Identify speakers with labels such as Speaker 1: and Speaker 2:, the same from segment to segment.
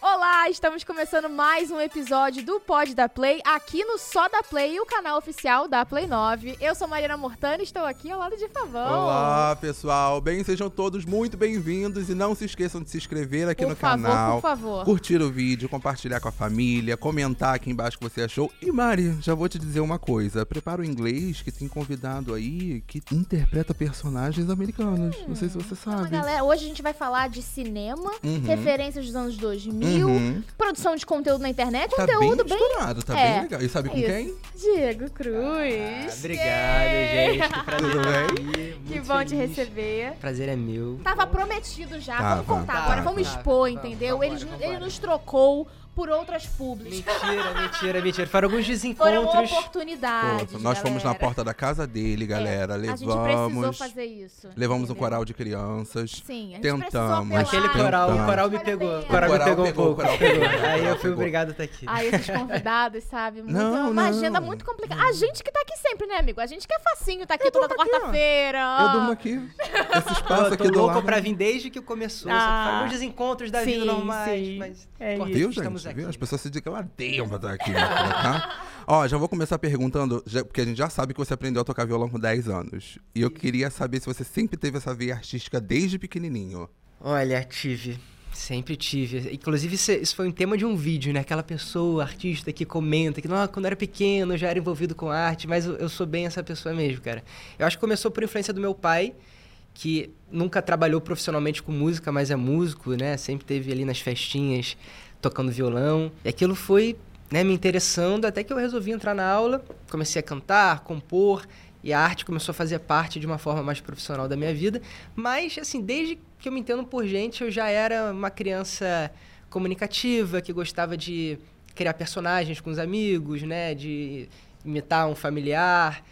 Speaker 1: Olá, estamos começando mais um episódio do Pod da Play, aqui no Só da Play, o canal oficial da Play 9. Eu sou Mariana Mortana e estou aqui ao lado de Favão.
Speaker 2: Olá, pessoal. Bem, sejam todos muito bem-vindos e não se esqueçam de se inscrever aqui
Speaker 1: Por
Speaker 2: no
Speaker 1: favor,
Speaker 2: canal.
Speaker 1: por favor.
Speaker 2: Curtir o vídeo, compartilhar com a família, comentar aqui embaixo o que você achou. E Mari, já vou te dizer uma coisa. Prepara o inglês que tem convidado aí que interpreta personagens americanos. não sei se você
Speaker 3: Então,
Speaker 2: sabe.
Speaker 3: galera, hoje a gente vai falar de cinema,
Speaker 2: Uhum.
Speaker 3: referências dos anos 2000,
Speaker 2: Uhum.
Speaker 3: produção de conteúdo na internet,
Speaker 2: Tá bem
Speaker 3: conteúdo bem...
Speaker 2: misturado, tá
Speaker 3: É.
Speaker 2: bem legal. E sabe com
Speaker 1: Isso.
Speaker 2: quem?
Speaker 1: Diego Cruz.
Speaker 4: Ah, Obrigado, gente.
Speaker 3: Ah,
Speaker 4: Que prazer
Speaker 2: Tudo
Speaker 4: estar
Speaker 2: bem?
Speaker 4: aqui.
Speaker 1: que
Speaker 4: Muito
Speaker 1: bom te
Speaker 4: feliz.
Speaker 1: receber. Tá
Speaker 4: Prazer é meu.
Speaker 3: Tava prometido já,
Speaker 2: Tava,
Speaker 3: vamos contar
Speaker 4: tava,
Speaker 3: agora, vamos
Speaker 4: tava.
Speaker 3: expor,
Speaker 4: Vamos,
Speaker 3: entendeu?
Speaker 4: vambora,
Speaker 3: Eles-
Speaker 4: vambora.
Speaker 3: ele nos trocou por outras publis.
Speaker 4: Mentira, mentira, mentira. Foram alguns
Speaker 3: Foram
Speaker 4: desencontros.
Speaker 3: oportunidades,
Speaker 2: Pô, nós fomos na
Speaker 3: galera. É,
Speaker 2: porta da casa dele, galera.
Speaker 3: A gente precisou
Speaker 2: Levamos.
Speaker 3: fazer isso.
Speaker 2: Levamos um
Speaker 3: entendeu?
Speaker 2: coral de crianças.
Speaker 3: Sim, a gente
Speaker 2: Tentamos.
Speaker 3: precisou
Speaker 4: Aquele
Speaker 3: Olá.
Speaker 4: coral, o coral me
Speaker 3: Olha bem.
Speaker 4: pegou. O
Speaker 3: O
Speaker 4: coral me
Speaker 2: coral
Speaker 4: pegou um
Speaker 2: pegou, o
Speaker 4: pouco.
Speaker 2: coral
Speaker 4: pegou.
Speaker 2: pegou, o
Speaker 4: Aí
Speaker 2: coral
Speaker 4: eu fui
Speaker 2: pegou.
Speaker 4: obrigado a estar aqui.
Speaker 1: Aí esses convidados, sabe? Muito,
Speaker 2: Não,
Speaker 1: é uma
Speaker 2: não.
Speaker 1: agenda muito complicada. A gente que tá aqui sempre, né, amigo? A gente que é facinho, tá aqui
Speaker 2: Eu
Speaker 1: toda
Speaker 2: durmo aqui, ó.
Speaker 1: quarta-feira.
Speaker 2: Eu
Speaker 1: ó.
Speaker 2: durmo aqui. Esse
Speaker 4: Eu
Speaker 2: espaço
Speaker 4: tô
Speaker 2: aqui do
Speaker 4: louco
Speaker 2: lado.
Speaker 4: pra vir desde que
Speaker 1: Ah.
Speaker 4: começou. só que Foram alguns desencontros da
Speaker 1: Sim,
Speaker 4: vida normais.
Speaker 1: sim.
Speaker 4: Mas
Speaker 1: É
Speaker 4: importante
Speaker 2: Viu,
Speaker 4: que estamos
Speaker 2: gente?
Speaker 4: aqui.
Speaker 2: Viu? As pessoas se degladiam pra estar aqui. né, tá? Ó, já vou começar perguntando, já- porque a gente já sabe que você aprendeu a tocar violão com 10 anos. E eu queria saber se você sempre teve essa veia artística desde pequenininho.
Speaker 4: Olha, tive. Sempre tive. Inclusive, isso, isso foi um tema de um vídeo, né? Aquela pessoa, artista, que comenta que, "Não, quando eu era pequeno, eu já era envolvido com arte, mas eu, eu sou bem essa pessoa mesmo, cara. Eu acho que começou por influência do meu pai, que nunca trabalhou profissionalmente com música, mas é músico, né? Sempre teve ali nas festinhas, tocando violão. E aquilo foi né, me interessando até que eu resolvi entrar na aula, comecei a cantar, compor, e a arte começou a fazer parte de uma forma mais profissional da minha vida. Mas, assim, desde que eu me entendo por gente, eu já era uma criança comunicativa, que gostava de criar personagens com os amigos, né? De imitar um familiar.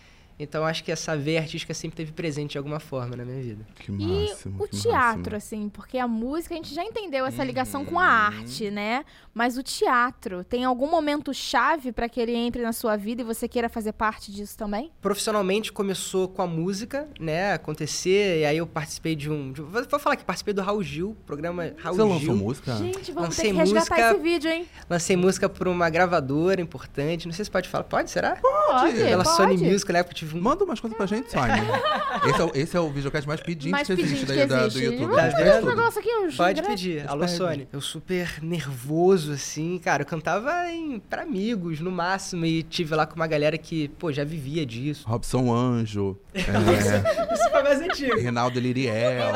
Speaker 4: Então, acho que essa veia artística sempre teve presente de alguma forma na minha vida.
Speaker 2: Que
Speaker 1: E
Speaker 2: máximo.
Speaker 1: o
Speaker 2: que
Speaker 1: teatro,
Speaker 2: máximo. Uhum.
Speaker 1: assim, porque a música a gente já entendeu essa ligação com a arte, né? Mas o teatro, tem algum momento chave pra que ele entre na sua vida e você queira fazer parte disso também?
Speaker 4: Profissionalmente começou com a música, né? Acontecer, e aí eu participei de um. de- vou vou falar que participei do Raul Gil, programa Raul
Speaker 2: Você lançou
Speaker 4: Gil.
Speaker 2: música?
Speaker 1: Gente, vamos ter
Speaker 4: Lancei
Speaker 1: que resgatar
Speaker 4: música-
Speaker 1: esse vídeo, hein?
Speaker 4: Lancei música por uma gravadora importante. Não sei se pode falar. Pode, será?
Speaker 1: Pode,
Speaker 4: Pela
Speaker 1: pode.
Speaker 4: Sony Music, na época eu tive um
Speaker 2: Manda umas coisas pra gente, Simon. esse, é o, esse é o videocast mais pedido
Speaker 1: Mais
Speaker 2: que existe,
Speaker 1: pedinte que
Speaker 2: daí da-
Speaker 1: existe.
Speaker 2: do YouTube.
Speaker 1: Vamos
Speaker 4: Tá
Speaker 2: Gente,
Speaker 1: pegar
Speaker 2: faz
Speaker 1: esse
Speaker 4: vendo?
Speaker 2: tudo.
Speaker 1: negócio aqui, um uns
Speaker 4: Pode
Speaker 1: gra-
Speaker 4: pedir. Alô,
Speaker 2: pede.
Speaker 4: Sony. Eu super nervoso, assim, cara. Eu cantava em, pra amigos, no máximo, e tive lá com uma galera que, pô, já vivia disso.
Speaker 2: Robson Anjo, é,
Speaker 4: Isso foi mais antigo.
Speaker 2: Reinaldo Liriel.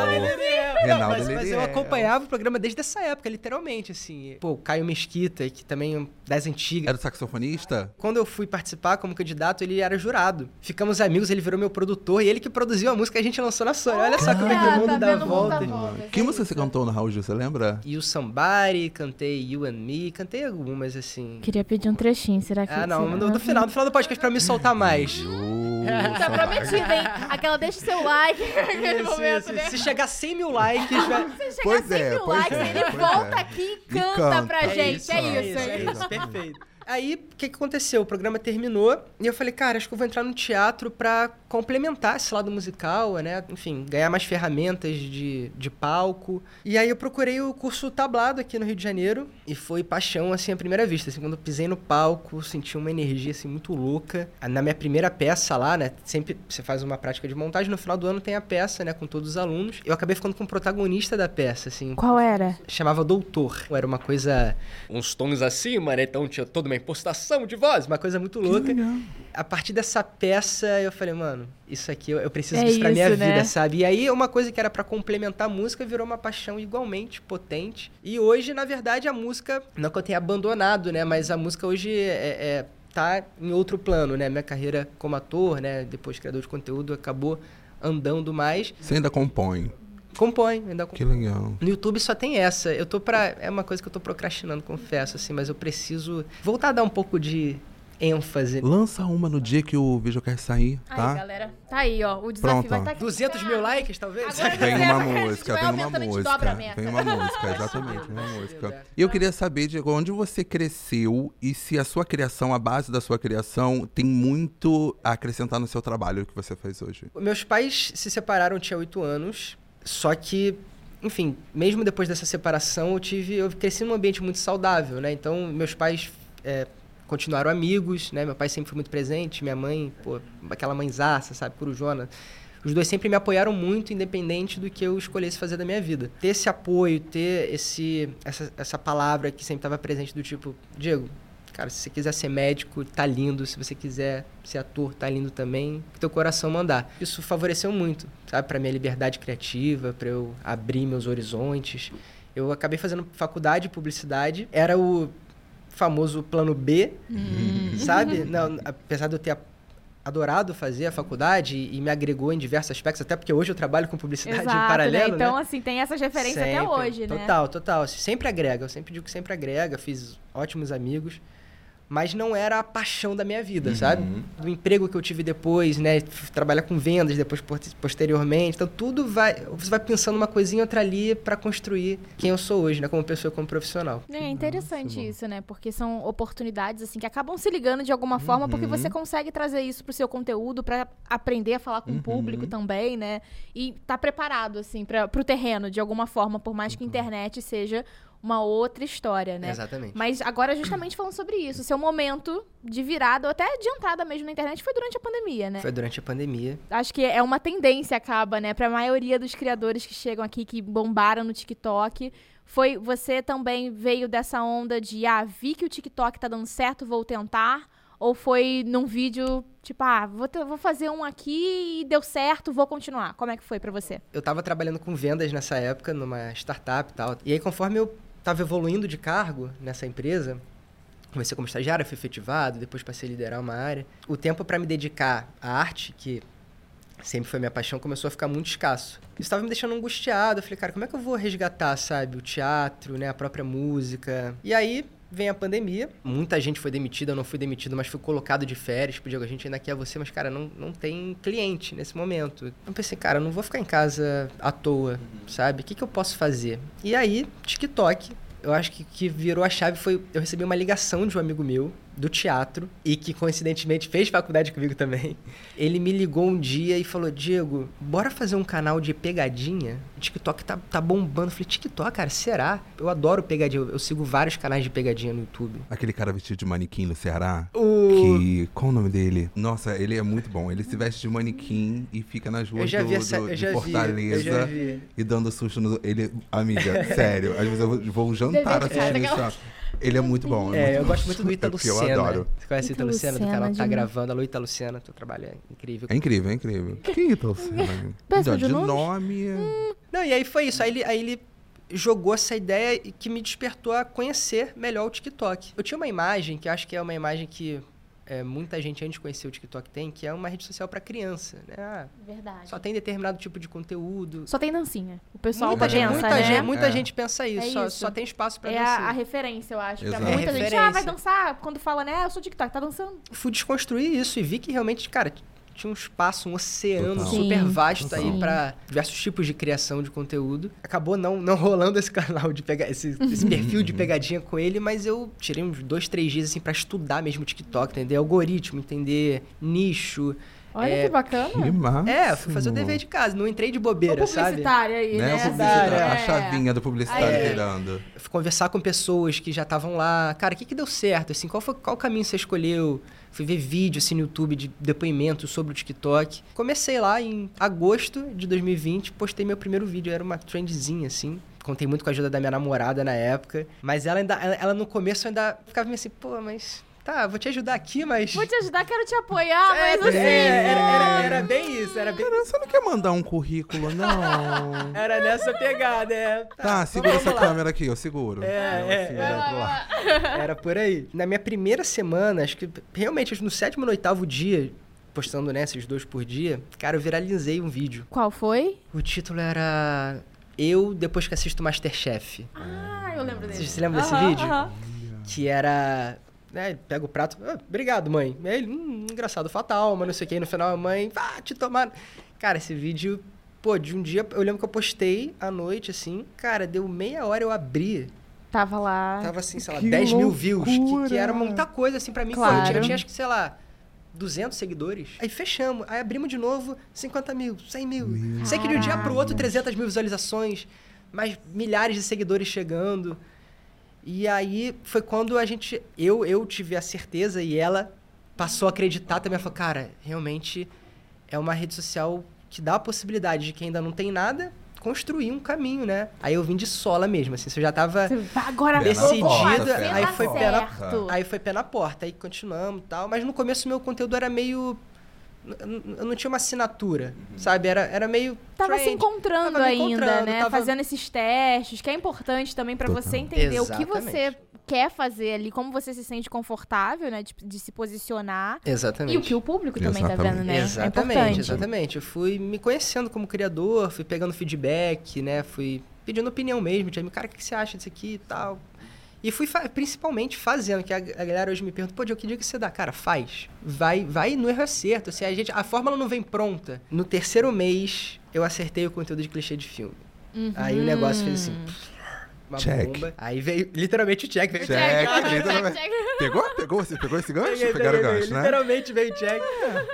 Speaker 2: Reinaldo
Speaker 4: mas, mas eu
Speaker 2: Leriel.
Speaker 4: acompanhava o programa desde essa época, literalmente, assim. Pô, o Caio Mesquita, que também é um das antigas.
Speaker 2: Era o saxofonista?
Speaker 4: Quando eu fui participar como candidato, ele era jurado. Ficamos amigos, ele virou meu produtor e ele que produziu a música que a gente lançou na Sony. Olha só como é que o
Speaker 1: Ah,
Speaker 4: mundo
Speaker 1: tá
Speaker 4: dá
Speaker 1: vendo o mundo dá
Speaker 4: volta.
Speaker 1: voltas,
Speaker 2: Que
Speaker 1: é
Speaker 2: música
Speaker 1: isso.
Speaker 2: você cantou no Raul Gil, você lembra?
Speaker 4: E o Somebody, cantei You and Me, cantei algumas, assim.
Speaker 1: Queria pedir um trechinho, será que...
Speaker 4: Ah, não, no, no final, no final do podcast pra me soltar mais.
Speaker 1: Tá prometido, hein? Aquela deixa o seu like naquele
Speaker 4: Isso,
Speaker 1: momento,
Speaker 4: isso.
Speaker 1: né?
Speaker 4: Se chegar 100 mil likes, vai.
Speaker 1: Se chegar
Speaker 2: Pois é,
Speaker 1: 100 mil
Speaker 2: pois
Speaker 1: likes,
Speaker 2: é,
Speaker 1: ele
Speaker 2: pois
Speaker 1: volta
Speaker 2: é.
Speaker 1: aqui e
Speaker 2: E
Speaker 1: canta,
Speaker 2: canta,
Speaker 1: pra
Speaker 2: é
Speaker 1: gente.
Speaker 2: isso,
Speaker 1: é
Speaker 2: é
Speaker 1: isso, é
Speaker 2: isso.
Speaker 1: isso.
Speaker 4: perfeito. Aí, o que, que aconteceu? O programa terminou e eu falei, cara, acho que eu vou entrar no teatro pra complementar esse lado musical, né? Enfim, ganhar mais ferramentas de, de palco. E aí eu procurei o curso tablado aqui no Rio de Janeiro e foi paixão, assim, à primeira vista. Assim, quando eu pisei no palco, eu senti uma energia, assim, muito louca. Na minha primeira peça lá, né? Sempre você faz uma prática de montagem, no final do ano tem a peça, né? Com todos os alunos. Eu acabei ficando com o protagonista da peça, assim,
Speaker 1: Qual era?
Speaker 4: chamava Doutor. Era uma coisa. Uns tons acima, né? Então tinha toda uma impostação de voz, uma coisa muito louca. A partir dessa peça, eu falei, mano, isso aqui eu, eu preciso
Speaker 1: É
Speaker 4: disso pra minha
Speaker 1: isso, né?
Speaker 4: vida, sabe? E aí, uma coisa que era pra complementar a música virou uma paixão igualmente potente. E hoje, na verdade, a música, não é que eu tenha abandonado, né? Mas a música hoje é. é tá em outro plano, né? Minha carreira como ator, né? Depois criador de conteúdo acabou andando mais.
Speaker 2: Você ainda compõe.
Speaker 4: Compõe, ainda compõe.
Speaker 2: Que legal.
Speaker 4: No YouTube só tem essa. Eu tô pra. É uma coisa que eu tô procrastinando, confesso, assim, mas eu preciso voltar a dar um pouco de ênfase.
Speaker 2: Lança uma no dia que o videocast sair,
Speaker 1: Aí,
Speaker 2: tá?
Speaker 1: galera. Tá aí, ó. O desafio
Speaker 2: Pronto.
Speaker 1: vai estar aqui.
Speaker 4: 200 mil likes, talvez?
Speaker 1: Agora
Speaker 2: Vem
Speaker 1: Galera,
Speaker 2: uma
Speaker 1: a gente
Speaker 2: música,
Speaker 1: vai
Speaker 2: vem uma
Speaker 1: aumentando, a gente dobra a
Speaker 2: música.
Speaker 1: meta.
Speaker 2: Vem uma música, exatamente, uma música. E eu queria saber, Diego, onde você cresceu e se a sua criação, a base da sua criação, tem muito a acrescentar no seu trabalho que você faz hoje.
Speaker 4: Meus pais se separaram, eu tinha 8 anos, só que enfim, mesmo depois dessa separação, eu tive, eu cresci num ambiente muito saudável, né? Então, meus pais é, continuaram amigos, né? Meu pai sempre foi muito presente, minha mãe, pô, aquela mãezaça, sabe, corujona. Os dois sempre me apoiaram muito, independente do que eu escolhesse fazer da minha vida. Ter esse apoio, ter esse, essa, essa palavra que sempre estava presente do tipo, Diego, cara, se você quiser ser médico, tá lindo. Se você quiser ser ator, tá lindo também. Que teu coração mandar. Isso favoreceu muito, sabe? Pra minha liberdade criativa, pra eu abrir meus horizontes. Eu acabei fazendo faculdade de publicidade. Era o famoso plano B,
Speaker 1: Hum. Uhum.
Speaker 4: sabe? Não, apesar de eu ter a- adorado fazer a faculdade e e me agregou em diversos aspectos, até porque hoje eu trabalho com publicidade
Speaker 1: Exato,
Speaker 4: em
Speaker 1: né?
Speaker 4: paralelo, né?
Speaker 1: Então, assim, tem essas referências até
Speaker 4: Sempre.
Speaker 1: hoje, né?
Speaker 4: Total, total. Sempre agrega. Eu sempre digo que sempre agrega. Fiz ótimos amigos. Mas não era a paixão da minha vida,
Speaker 2: Uhum.
Speaker 4: sabe? Do emprego que eu tive depois, né? F- Trabalhar com vendas depois, por- posteriormente. Então, tudo vai... Você vai pensando uma coisinha outra ali pra construir quem eu sou hoje, né? Como pessoa, como profissional.
Speaker 1: É
Speaker 2: Nossa,
Speaker 1: interessante
Speaker 2: bom.
Speaker 1: isso, né? Porque são oportunidades assim que acabam se ligando de
Speaker 2: Uhum.
Speaker 1: alguma forma, porque você consegue trazer isso pro seu conteúdo pra aprender a falar com
Speaker 2: Uhum.
Speaker 1: o público também, né? E tá preparado assim para pro terreno de alguma forma, por mais
Speaker 2: Uhum.
Speaker 1: que a internet seja uma outra história, né?
Speaker 4: Exatamente.
Speaker 1: Mas agora justamente falando sobre isso, seu momento de virada ou até adiantada mesmo na internet foi durante a pandemia, né?
Speaker 4: Foi durante a pandemia.
Speaker 1: Acho que é uma tendência acaba, né, Pra maioria dos criadores que chegam aqui que bombaram no TikTok. Foi você também veio dessa onda de ah, vi que o TikTok tá dando certo, vou tentar, ou foi num vídeo tipo, ah, vou, te- vou fazer um aqui e deu certo, vou continuar. Como é que foi pra você?
Speaker 4: eu tava trabalhando com vendas nessa época, numa startup e tal. E aí, conforme eu tava evoluindo de cargo nessa empresa, comecei como estagiário, fui efetivado, depois passei a liderar uma área. O tempo para me dedicar à arte, que sempre foi minha paixão, começou a ficar muito escasso. Isso tava me deixando angustiado. Eu falei, cara, como é que eu vou resgatar, sabe, o teatro, né, a própria música? E aí vem a pandemia. Muita gente foi demitida, eu não fui demitido, mas fui colocado de férias. Tipo, Diego, a gente ainda quer você, mas, cara, não, não tem cliente nesse momento. Eu pensei, cara, eu não vou ficar em casa à toa, sabe? O que, que eu posso fazer? E aí, TikTok, eu acho que que virou a chave foi eu recebi uma ligação de um amigo meu do teatro e que coincidentemente fez faculdade comigo também. Ele me ligou um dia e falou: "Diego, bora fazer um canal de pegadinha? TikTok tá, tá bombando". Eu falei: "TikTok, cara, será? Eu adoro pegadinha. Eu, eu sigo vários canais de pegadinha no YouTube".
Speaker 2: Aquele cara vestido de manequim no Ceará.
Speaker 4: O
Speaker 2: Que. Qual o nome dele? Nossa, ele é muito bom. Ele se veste de manequim e fica nas
Speaker 4: eu
Speaker 2: ruas
Speaker 4: já
Speaker 2: do,
Speaker 4: vi essa,
Speaker 2: do-
Speaker 4: eu
Speaker 2: de
Speaker 4: já vi,
Speaker 2: Fortaleza
Speaker 4: eu já vi.
Speaker 2: e dando susto no. Ele. Amiga, sério, às vezes eu vou- vou um jantar
Speaker 1: Dever de casa,
Speaker 2: assistindo isso.
Speaker 1: aquela-
Speaker 2: Ele é muito bom. é
Speaker 4: É,
Speaker 2: muito
Speaker 4: eu
Speaker 2: bom.
Speaker 4: gosto muito do Ita
Speaker 2: Porque eu
Speaker 4: Lucena.
Speaker 2: adoro.
Speaker 4: Você conhece o Ita
Speaker 1: Ita
Speaker 4: Lucena, do
Speaker 1: Lucena, é
Speaker 4: canal que tá
Speaker 1: demais.
Speaker 4: gravando? Alô, Ita Lucena, teu trabalho é incrível.
Speaker 2: É incrível, é incrível. Que Ita Lucena?
Speaker 1: Péssimo
Speaker 2: de
Speaker 1: de nomes?
Speaker 2: nome. é Hum.
Speaker 4: Não, e aí foi isso. Aí ele, aí ele jogou essa ideia e que me despertou a conhecer melhor o TikTok. Eu tinha uma imagem que eu acho que é uma imagem que é, muita gente antes de conhecer o TikTok tem, que é uma rede social para criança, né? Ah,
Speaker 3: Verdade.
Speaker 4: só tem determinado tipo de conteúdo.
Speaker 1: Só tem dancinha. O pessoal
Speaker 2: Muita gente-
Speaker 1: pensa,
Speaker 4: muita
Speaker 1: né?
Speaker 4: gente, muita
Speaker 2: É.
Speaker 4: gente pensa isso,
Speaker 1: É
Speaker 4: só,
Speaker 1: isso.
Speaker 4: só tem espaço para
Speaker 1: É
Speaker 4: dançar.
Speaker 1: a, a referência, eu acho. Pra
Speaker 2: Exato.
Speaker 1: muita
Speaker 4: É
Speaker 1: gente,
Speaker 4: referência.
Speaker 1: ah, vai dançar? Quando fala, né, eu sou TikTok, tá dançando.
Speaker 4: fui desconstruir isso e vi que realmente, cara, t- tinha um espaço, um oceano
Speaker 2: Total.
Speaker 4: super
Speaker 1: Sim,
Speaker 4: vasto
Speaker 2: total.
Speaker 4: aí pra diversos tipos de criação de conteúdo. Acabou não, não rolando esse canal de pegar esse, esse perfil de pegadinha com ele, mas eu tirei uns dois, três dias assim pra estudar mesmo o TikTok, entender algoritmo, entender nicho.
Speaker 1: Olha
Speaker 4: É,
Speaker 1: que bacana.
Speaker 2: Que massa.
Speaker 4: É, fui fazer o dever de casa, não entrei de bobeira, sabe?
Speaker 1: publicitária aí,
Speaker 2: Né,
Speaker 1: né?
Speaker 2: o
Speaker 1: assim,
Speaker 2: publicitário,
Speaker 1: é.
Speaker 2: a chavinha do publicitário
Speaker 4: É.
Speaker 2: virando.
Speaker 4: Eu fui conversar com pessoas que já estavam lá. Cara, o que, que deu certo? Assim, qual foi qual caminho você escolheu? Fui ver vídeo assim, no YouTube de depoimentos sobre o TikTok. Comecei lá em agosto de 2020, postei meu primeiro vídeo, era uma trendzinha assim. Contei muito com a ajuda da minha namorada na época, mas ela ainda ela, ela no começo ainda ficava meio assim, pô, mas tá, vou te ajudar aqui, mas
Speaker 1: Vou te ajudar, quero te apoiar,
Speaker 4: é,
Speaker 1: mas assim.
Speaker 4: é, era, era, era bem isso, era bem
Speaker 2: Cara, você não quer mandar um currículo, não.
Speaker 4: era nessa pegada, é.
Speaker 2: Tá, segura essa câmera aqui, eu seguro.
Speaker 4: É,
Speaker 2: Eu
Speaker 4: é,
Speaker 2: seguro,
Speaker 4: é.
Speaker 2: eu vou lá.
Speaker 4: Era por aí. Na minha primeira semana, acho que realmente acho que no sétimo e no oitavo dia, postando né, esses dois por dia, cara, eu viralizei um vídeo.
Speaker 1: Qual foi?
Speaker 4: O título era Eu Depois que Assisto Masterchef.
Speaker 1: Ah, eu lembro
Speaker 4: Você se lembra desse
Speaker 1: Aham,
Speaker 4: vídeo?
Speaker 1: aham.
Speaker 4: Que era. Né, pega o prato, "Ah, obrigado, mãe. E aí ele, hum, engraçado, fatal, mas não sei o que. No final, a mãe, vá te tomar. Cara, esse vídeo, pô, de um dia, eu lembro que eu postei à noite, assim, cara, deu meia hora eu abri,
Speaker 1: Tava lá.
Speaker 4: Tava assim, sei lá,
Speaker 2: Ah, Que
Speaker 4: 10 mil views, que, que
Speaker 2: loucura!
Speaker 4: era muita coisa assim pra mim.
Speaker 1: Claro.
Speaker 4: Pô, eu, tinha, eu tinha acho que, sei lá, 200 seguidores. Aí fechamos, aí abrimos de novo 50 mil, 100 mil. Sei que de um dia pro outro 300 mil visualizações. mas milhares de seguidores chegando. E aí foi quando a gente. Eu, eu tive a certeza e ela passou a acreditar também. Ela falou, cara, realmente é uma rede social que dá a possibilidade de quem ainda não tem nada construir um caminho, né? Aí eu vim de sola mesmo, assim, se eu já tava.
Speaker 1: Você vai Agora
Speaker 2: Pé na porta,
Speaker 4: decidida,
Speaker 2: pé na
Speaker 4: aí foi
Speaker 2: porta.
Speaker 4: pé na
Speaker 1: certo.
Speaker 4: Aí foi pé na porta, aí continuamos e tal. Mas no começo meu conteúdo era meio. n- n- Eu não tinha uma assinatura, sabe? Era, era meio.
Speaker 1: Tava se
Speaker 4: trend.
Speaker 1: encontrando
Speaker 4: Tava me
Speaker 1: ainda,
Speaker 4: encontrando,
Speaker 1: né?
Speaker 4: tava-
Speaker 1: Fazendo esses testes, que é importante também pra você
Speaker 2: Total.
Speaker 1: entender o que você
Speaker 4: Exatamente.
Speaker 1: quer fazer ali, como você se sente confortável, né? De, de se posicionar.
Speaker 4: Exatamente.
Speaker 1: E o que o público também tá
Speaker 2: Exatamente.
Speaker 1: vendo, né?
Speaker 4: Exatamente,
Speaker 1: é importante.
Speaker 4: exatamente. Eu fui me conhecendo como criador, fui pegando feedback, né? Fui pedindo opinião mesmo, tipo, cara, o que que você acha disso aqui e tal. E fui fa- principalmente fazendo, que a, a galera hoje me pergunta, pô, Diogo, que dia que você dá? Cara, faz. Vai, vai no erro e acerto. Assim, a, gente, a fórmula não vem pronta. No terceiro mês, eu acertei o conteúdo de clichê de filme. Aí
Speaker 1: Uhum.
Speaker 4: o negócio fez assim.
Speaker 1: Hum.
Speaker 4: Uma
Speaker 2: Check.
Speaker 4: bomba. Aí veio literalmente o check. Veio o
Speaker 2: Check, literalmente. Pegou? Pegou? Você pegou esse gancho?
Speaker 4: Peguei,
Speaker 2: Pegaram o
Speaker 4: peguei,
Speaker 2: gancho, né?
Speaker 4: Literalmente veio o check.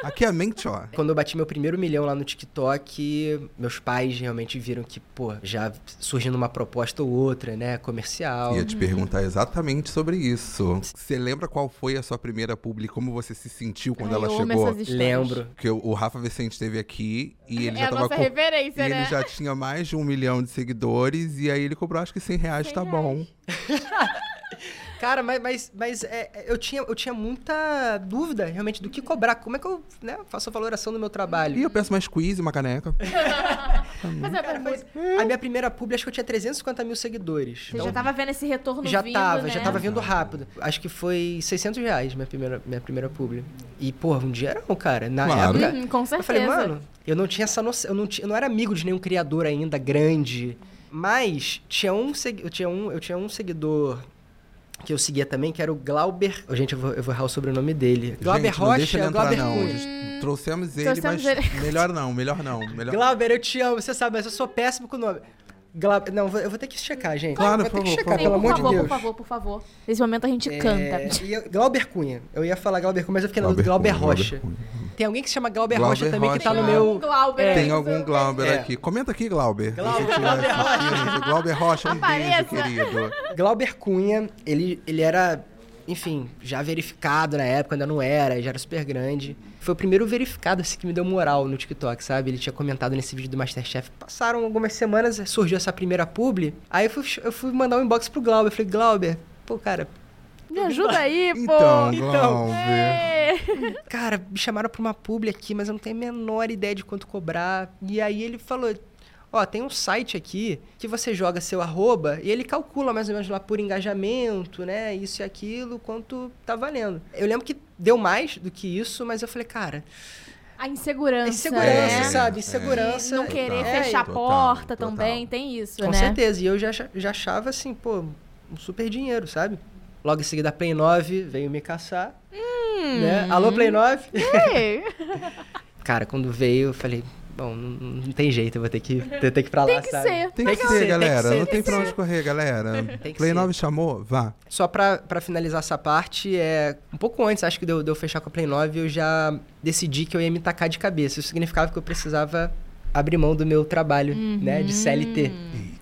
Speaker 2: Aqui é a mente, ó.
Speaker 4: Quando eu bati meu primeiro milhão lá no TikTok, meus pais realmente viram que, pô, já surgindo uma proposta ou outra, né? Comercial.
Speaker 2: Ia te perguntar exatamente sobre isso. Você lembra qual foi a sua primeira publi? Como você se sentiu quando
Speaker 1: Ai,
Speaker 2: ela
Speaker 1: eu amo
Speaker 2: chegou?
Speaker 1: essas histórias.
Speaker 4: Lembro.
Speaker 2: Porque o o Rafa Vicente esteve aqui e ele
Speaker 1: É
Speaker 2: já
Speaker 1: a
Speaker 2: tava
Speaker 1: nossa
Speaker 2: com... E
Speaker 1: referência,
Speaker 2: ele
Speaker 1: né?
Speaker 2: já tinha mais de um milhão de seguidores, e aí ele cobrou acho que 100 reais, tá bom.
Speaker 4: Cara, mas, mas, mas é, é, eu, tinha, eu tinha muita dúvida realmente do que cobrar. Como é que eu né, faço a valoração do meu trabalho?
Speaker 2: E eu peço mais quiz e uma caneca.
Speaker 1: Mas é
Speaker 4: Cara,
Speaker 1: bom,
Speaker 4: mas
Speaker 2: "Hum?"
Speaker 4: a minha primeira publi, acho que eu tinha 350 mil seguidores.
Speaker 1: Você já tava vendo esse retorno
Speaker 4: Então, já
Speaker 1: vindo,
Speaker 4: tava,
Speaker 1: né?
Speaker 4: já tava vindo rápido. Acho que foi 600 reais minha primeira, minha primeira publi. E, porra, um dinheirão, cara. Na
Speaker 2: Claro.
Speaker 4: época,
Speaker 1: Uhum, com certeza.
Speaker 4: Eu falei, mano, eu não tinha essa noção, eu não, ti- eu não era amigo de nenhum criador ainda grande, mas tinha um, segui- eu tinha um, eu tinha um seguidor que eu seguia também, que era o Glauber. Ô, gente, eu vou, eu vou errar o sobrenome dele. Glauber
Speaker 2: Gente, não
Speaker 4: Rocha,
Speaker 2: deixa ele entrar,
Speaker 4: Glauber
Speaker 2: não.
Speaker 4: Cunha.
Speaker 2: Gente, Trouxemos ele,
Speaker 1: Trouxemos
Speaker 2: mas melhor não, melhor não. Melhor...
Speaker 4: Glauber, eu te amo, você sabe, mas eu sou péssimo com o nome. Glauber, não, eu vou- eu vou ter que checar, gente.
Speaker 2: Claro,
Speaker 4: vou
Speaker 2: por
Speaker 4: ter que
Speaker 2: favor,
Speaker 4: checar,
Speaker 1: Sim,
Speaker 4: pelo
Speaker 1: por
Speaker 4: amor de
Speaker 1: favor, por
Speaker 4: Deus.
Speaker 1: favor, por favor. Nesse momento a gente canta.
Speaker 4: É, e eu- Glauber Cunha. Eu ia falar Glauber Cunha, mas eu fiquei na dúvida do Glauber
Speaker 2: Cunha,
Speaker 4: Rocha.
Speaker 2: Cunha.
Speaker 4: Tem alguém que se chama Glauber,
Speaker 2: Glauber
Speaker 4: Rocha também que tá
Speaker 2: Rocha.
Speaker 4: no
Speaker 2: Tem
Speaker 4: meu.
Speaker 1: Um Glauber.
Speaker 4: É.
Speaker 2: Tem algum Glauber
Speaker 4: É.
Speaker 2: aqui. Comenta aqui, Glauber.
Speaker 4: Glauber,
Speaker 2: Se você estiver
Speaker 4: Glauber
Speaker 2: assistindo. Glauber Rocha, um beijo,
Speaker 1: Apareça.
Speaker 2: querido.
Speaker 4: Glauber Cunha, ele, ele era, enfim, já verificado na época, ainda não era, já era super grande. Foi o primeiro verificado assim, que me deu moral no TikTok, sabe? Ele tinha comentado nesse vídeo do Masterchef. Passaram algumas semanas, surgiu essa primeira publi. Aí eu fui, eu fui mandar um inbox pro Glauber. Eu falei, Glauber, pô, cara,
Speaker 1: Me ajuda aí, pô.
Speaker 2: Então,
Speaker 4: então.
Speaker 2: Glauber.
Speaker 1: É.
Speaker 4: cara, me chamaram pra uma publi aqui, mas eu não tenho a menor ideia de quanto cobrar. E aí ele falou. Ó, tem um site aqui que você joga seu arroba e ele calcula mais ou menos lá por engajamento, né? Isso e aquilo, quanto tá valendo. Eu lembro que deu mais do que isso, mas eu falei, cara, é
Speaker 1: A insegurança.
Speaker 4: insegurança,
Speaker 1: né?
Speaker 4: sabe? Insegurança.
Speaker 1: Não querer
Speaker 4: É,
Speaker 1: fechar a
Speaker 2: total,
Speaker 1: porta
Speaker 2: total.
Speaker 1: também, tem isso,
Speaker 4: Com
Speaker 1: né?
Speaker 4: certeza. E eu já, acha- já achava assim, pô, um super dinheiro, sabe? Logo em seguida, a Play 9 veio me caçar.
Speaker 1: Hum.
Speaker 4: né? Alô, Play 9?
Speaker 1: Ei,
Speaker 4: Cara, quando veio, eu falei, bom, não, não tem jeito, eu vou ter que, ter, ter que ir pra lá,
Speaker 1: Uhum. Tem que
Speaker 4: sabe?
Speaker 1: ser.
Speaker 2: Tem
Speaker 4: Tem
Speaker 2: que,
Speaker 4: que
Speaker 2: ser,
Speaker 4: ser, tem
Speaker 2: galera.
Speaker 4: que ser,
Speaker 2: não tem
Speaker 4: tem
Speaker 2: pra
Speaker 4: que
Speaker 2: onde correr, galera.
Speaker 4: Tem que
Speaker 2: Play
Speaker 4: ser.
Speaker 2: 9 chamou? Vá.
Speaker 4: Só pra, pra finalizar essa parte, é, um pouco antes, acho que de eu, de eu fechar com a Play 9, eu já decidi que eu ia me tacar de cabeça. Isso significava que eu precisava abrir mão do meu trabalho, né,
Speaker 1: Uhum.
Speaker 4: de CLT.
Speaker 2: Eita,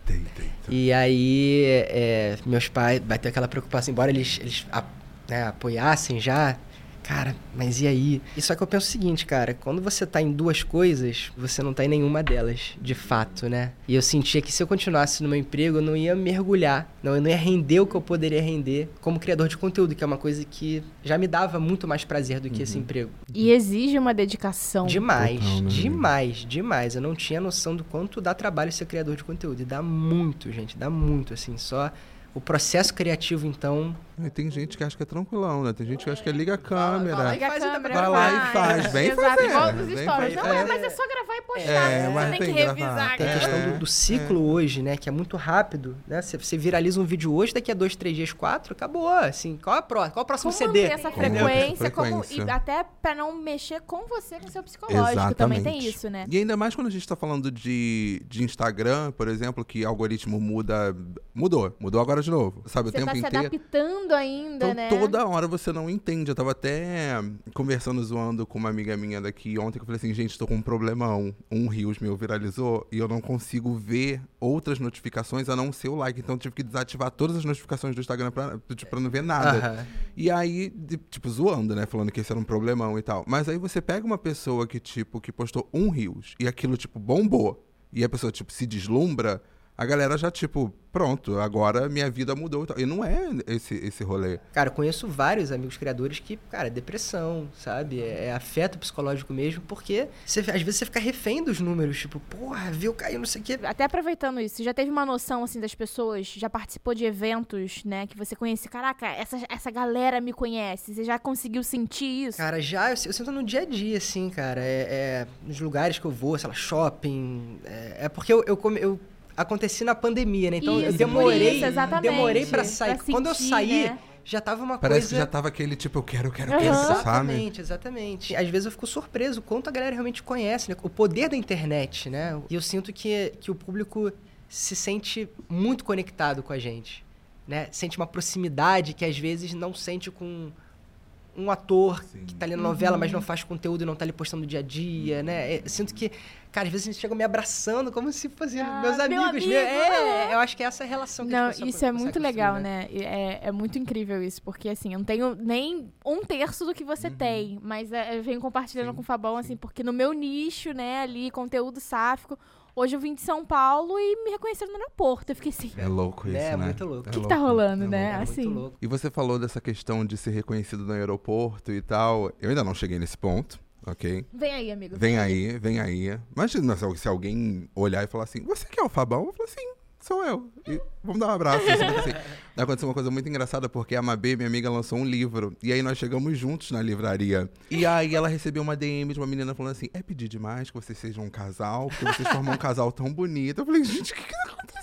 Speaker 2: eita, eita.
Speaker 4: E aí, é, meus pais, bateu aquela preocupação, embora eles, eles a- né, apoiassem já. Cara, mas e aí? E só que eu penso o seguinte, cara, quando você tá em duas coisas, você não tá em nenhuma delas, de fato, né? E eu sentia que se eu continuasse no meu emprego, eu não ia mergulhar, não, eu não ia render o que eu poderia render como criador de conteúdo, que é uma coisa que já me dava muito mais prazer do que esse emprego.
Speaker 1: E exige uma dedicação.
Speaker 4: Demais,
Speaker 2: Total, né,
Speaker 4: demais, demais. Eu não tinha noção do quanto dá trabalho ser criador de conteúdo. E dá muito, gente, dá muito, assim. Só o processo criativo, então.
Speaker 2: E Tem gente que acha que é tranquilão, né? Tem gente que acha que é liga a câmera.
Speaker 4: fala,
Speaker 1: Liga a
Speaker 4: Faz e
Speaker 1: câmera,
Speaker 2: vai lá e faz. Bem
Speaker 1: Exato,
Speaker 2: fazer,
Speaker 1: igual nos
Speaker 2: bem
Speaker 1: stories. Não, é,
Speaker 4: fazer.
Speaker 1: mas é só gravar e postar.
Speaker 2: É,
Speaker 1: você
Speaker 2: mas
Speaker 1: tem,
Speaker 2: tem
Speaker 1: que
Speaker 2: que gravar,
Speaker 1: revisar. né?
Speaker 4: Tem a
Speaker 1: cara.
Speaker 4: questão do, do ciclo hoje, né? Que é muito rápido, né? Você, você viraliza um vídeo hoje, daqui a dois, três dias, quatro, acabou. Assim, qual, é a pró- qual é o próximo
Speaker 1: Como
Speaker 4: CD?
Speaker 1: manter essa
Speaker 2: Como manter
Speaker 1: frequência,
Speaker 2: essa
Speaker 1: como,
Speaker 2: frequência.
Speaker 1: e até pra não mexer com você, com seu psicológico. Também tem isso, né?
Speaker 2: E ainda mais quando a gente tá falando de, de Instagram, por exemplo, que algoritmo muda. Mudou. Mudou agora fora de novo. Sabe, o
Speaker 3: Você
Speaker 2: tempo
Speaker 3: tá se
Speaker 2: inteiro.
Speaker 3: adaptando ainda,
Speaker 2: Então,
Speaker 3: né?
Speaker 2: toda hora você não entende. Eu tava até conversando, zoando com uma amiga minha daqui ontem, que eu falei assim, gente, tô com um problemão. Um Rios meu viralizou e eu não consigo ver outras notificações a não ser o like. Então, eu tive que desativar todas as notificações do Instagram pra, tipo, pra não ver nada.
Speaker 4: Aham.
Speaker 2: E aí, de- tipo, zoando, né? Falando que esse era um problemão e tal. Mas aí você pega uma pessoa que, tipo, que postou um rios e aquilo, tipo, bombou. E a pessoa, tipo, se deslumbra. A galera já, tipo, pronto, agora minha vida mudou e tal. E não é esse, esse rolê.
Speaker 4: Cara, eu conheço vários amigos criadores que, cara, é depressão, sabe? É, é afeto psicológico mesmo, porque você- às vezes você fica refém dos números, tipo, porra, viu, caiu, não sei o quê.
Speaker 1: Até aproveitando isso, você já teve uma noção assim das pessoas, já participou de eventos, né, que você conhece, caraca, essa, essa galera me conhece. Você já conseguiu sentir isso?
Speaker 4: Cara, já eu, eu sinto no dia a dia, assim, cara. É, é, nos lugares que eu vou, sei lá, shopping. É, é porque eu, eu, come- eu aconteci na pandemia, né? Então eu
Speaker 1: Isso,
Speaker 4: demorei.
Speaker 1: isso, exatamente.
Speaker 4: demorei pra sair.
Speaker 1: Pra
Speaker 4: Quando eu
Speaker 1: sentir,
Speaker 4: saí,
Speaker 1: né?
Speaker 4: já tava uma
Speaker 2: Parece
Speaker 4: coisa.
Speaker 2: que já tava aquele, tipo, eu quero, eu quero, eu quero,
Speaker 1: Aham.
Speaker 2: sabe?
Speaker 4: Exatamente, exatamente. Às vezes eu fico surpreso o quanto a galera realmente conhece, né? O poder da internet, né? E eu sinto que, que o público se sente muito conectado com a gente, né? Sente uma proximidade que às vezes não sente com um ator
Speaker 2: Sim.
Speaker 4: que tá ali na novela, mas
Speaker 1: Uhum.
Speaker 4: não faz conteúdo e não tá ali postando dia a dia, né?
Speaker 2: Uhum.
Speaker 4: Eu sinto que, cara, às vezes eles chegam me abraçando como se fossem
Speaker 1: Ah,
Speaker 4: meus
Speaker 1: meu
Speaker 4: amigos.
Speaker 1: amigo,
Speaker 4: meu- é, é, eu acho que essa é a
Speaker 2: Então,
Speaker 4: relação que
Speaker 1: Não,
Speaker 4: a gente consegue-
Speaker 1: isso é muito
Speaker 4: consegue
Speaker 1: legal,
Speaker 4: construir,
Speaker 1: né? E É, é muito incrível isso, porque assim, eu não tenho nem um terço do que você tem, mas é, eu venho compartilhando
Speaker 2: Uhum. Sim,
Speaker 1: com o Fabão,
Speaker 2: sim.
Speaker 1: assim, porque no meu nicho, né, ali, conteúdo sáfico, hoje eu vim de São Paulo e me reconheceram no aeroporto. Eu fiquei assim,
Speaker 2: É louco isso,
Speaker 4: É,
Speaker 2: né?
Speaker 4: muito louco.
Speaker 1: o
Speaker 4: É
Speaker 1: que, que tá rolando,
Speaker 2: é
Speaker 1: né?
Speaker 4: É muito
Speaker 1: assim.
Speaker 4: louco.
Speaker 2: E você falou dessa questão de ser reconhecido no aeroporto e tal. Eu ainda não cheguei nesse ponto, ok?
Speaker 3: Vem aí, amigo.
Speaker 2: Vem aí, vem aí. Imagina se al- se alguém olhar e falar assim: Você que é o Fabão? Eu falo assim: Sou eu. E vamos dar um abraço. assim, assim. Aconteceu uma coisa muito engraçada porque a Mabê, minha amiga, lançou um livro. E aí nós chegamos juntos na livraria. E aí ela recebeu uma DM de uma menina falando assim: É pedir demais que vocês sejam um casal, porque vocês formam um casal tão bonito. Eu falei: Gente, o que que tá acontecendo?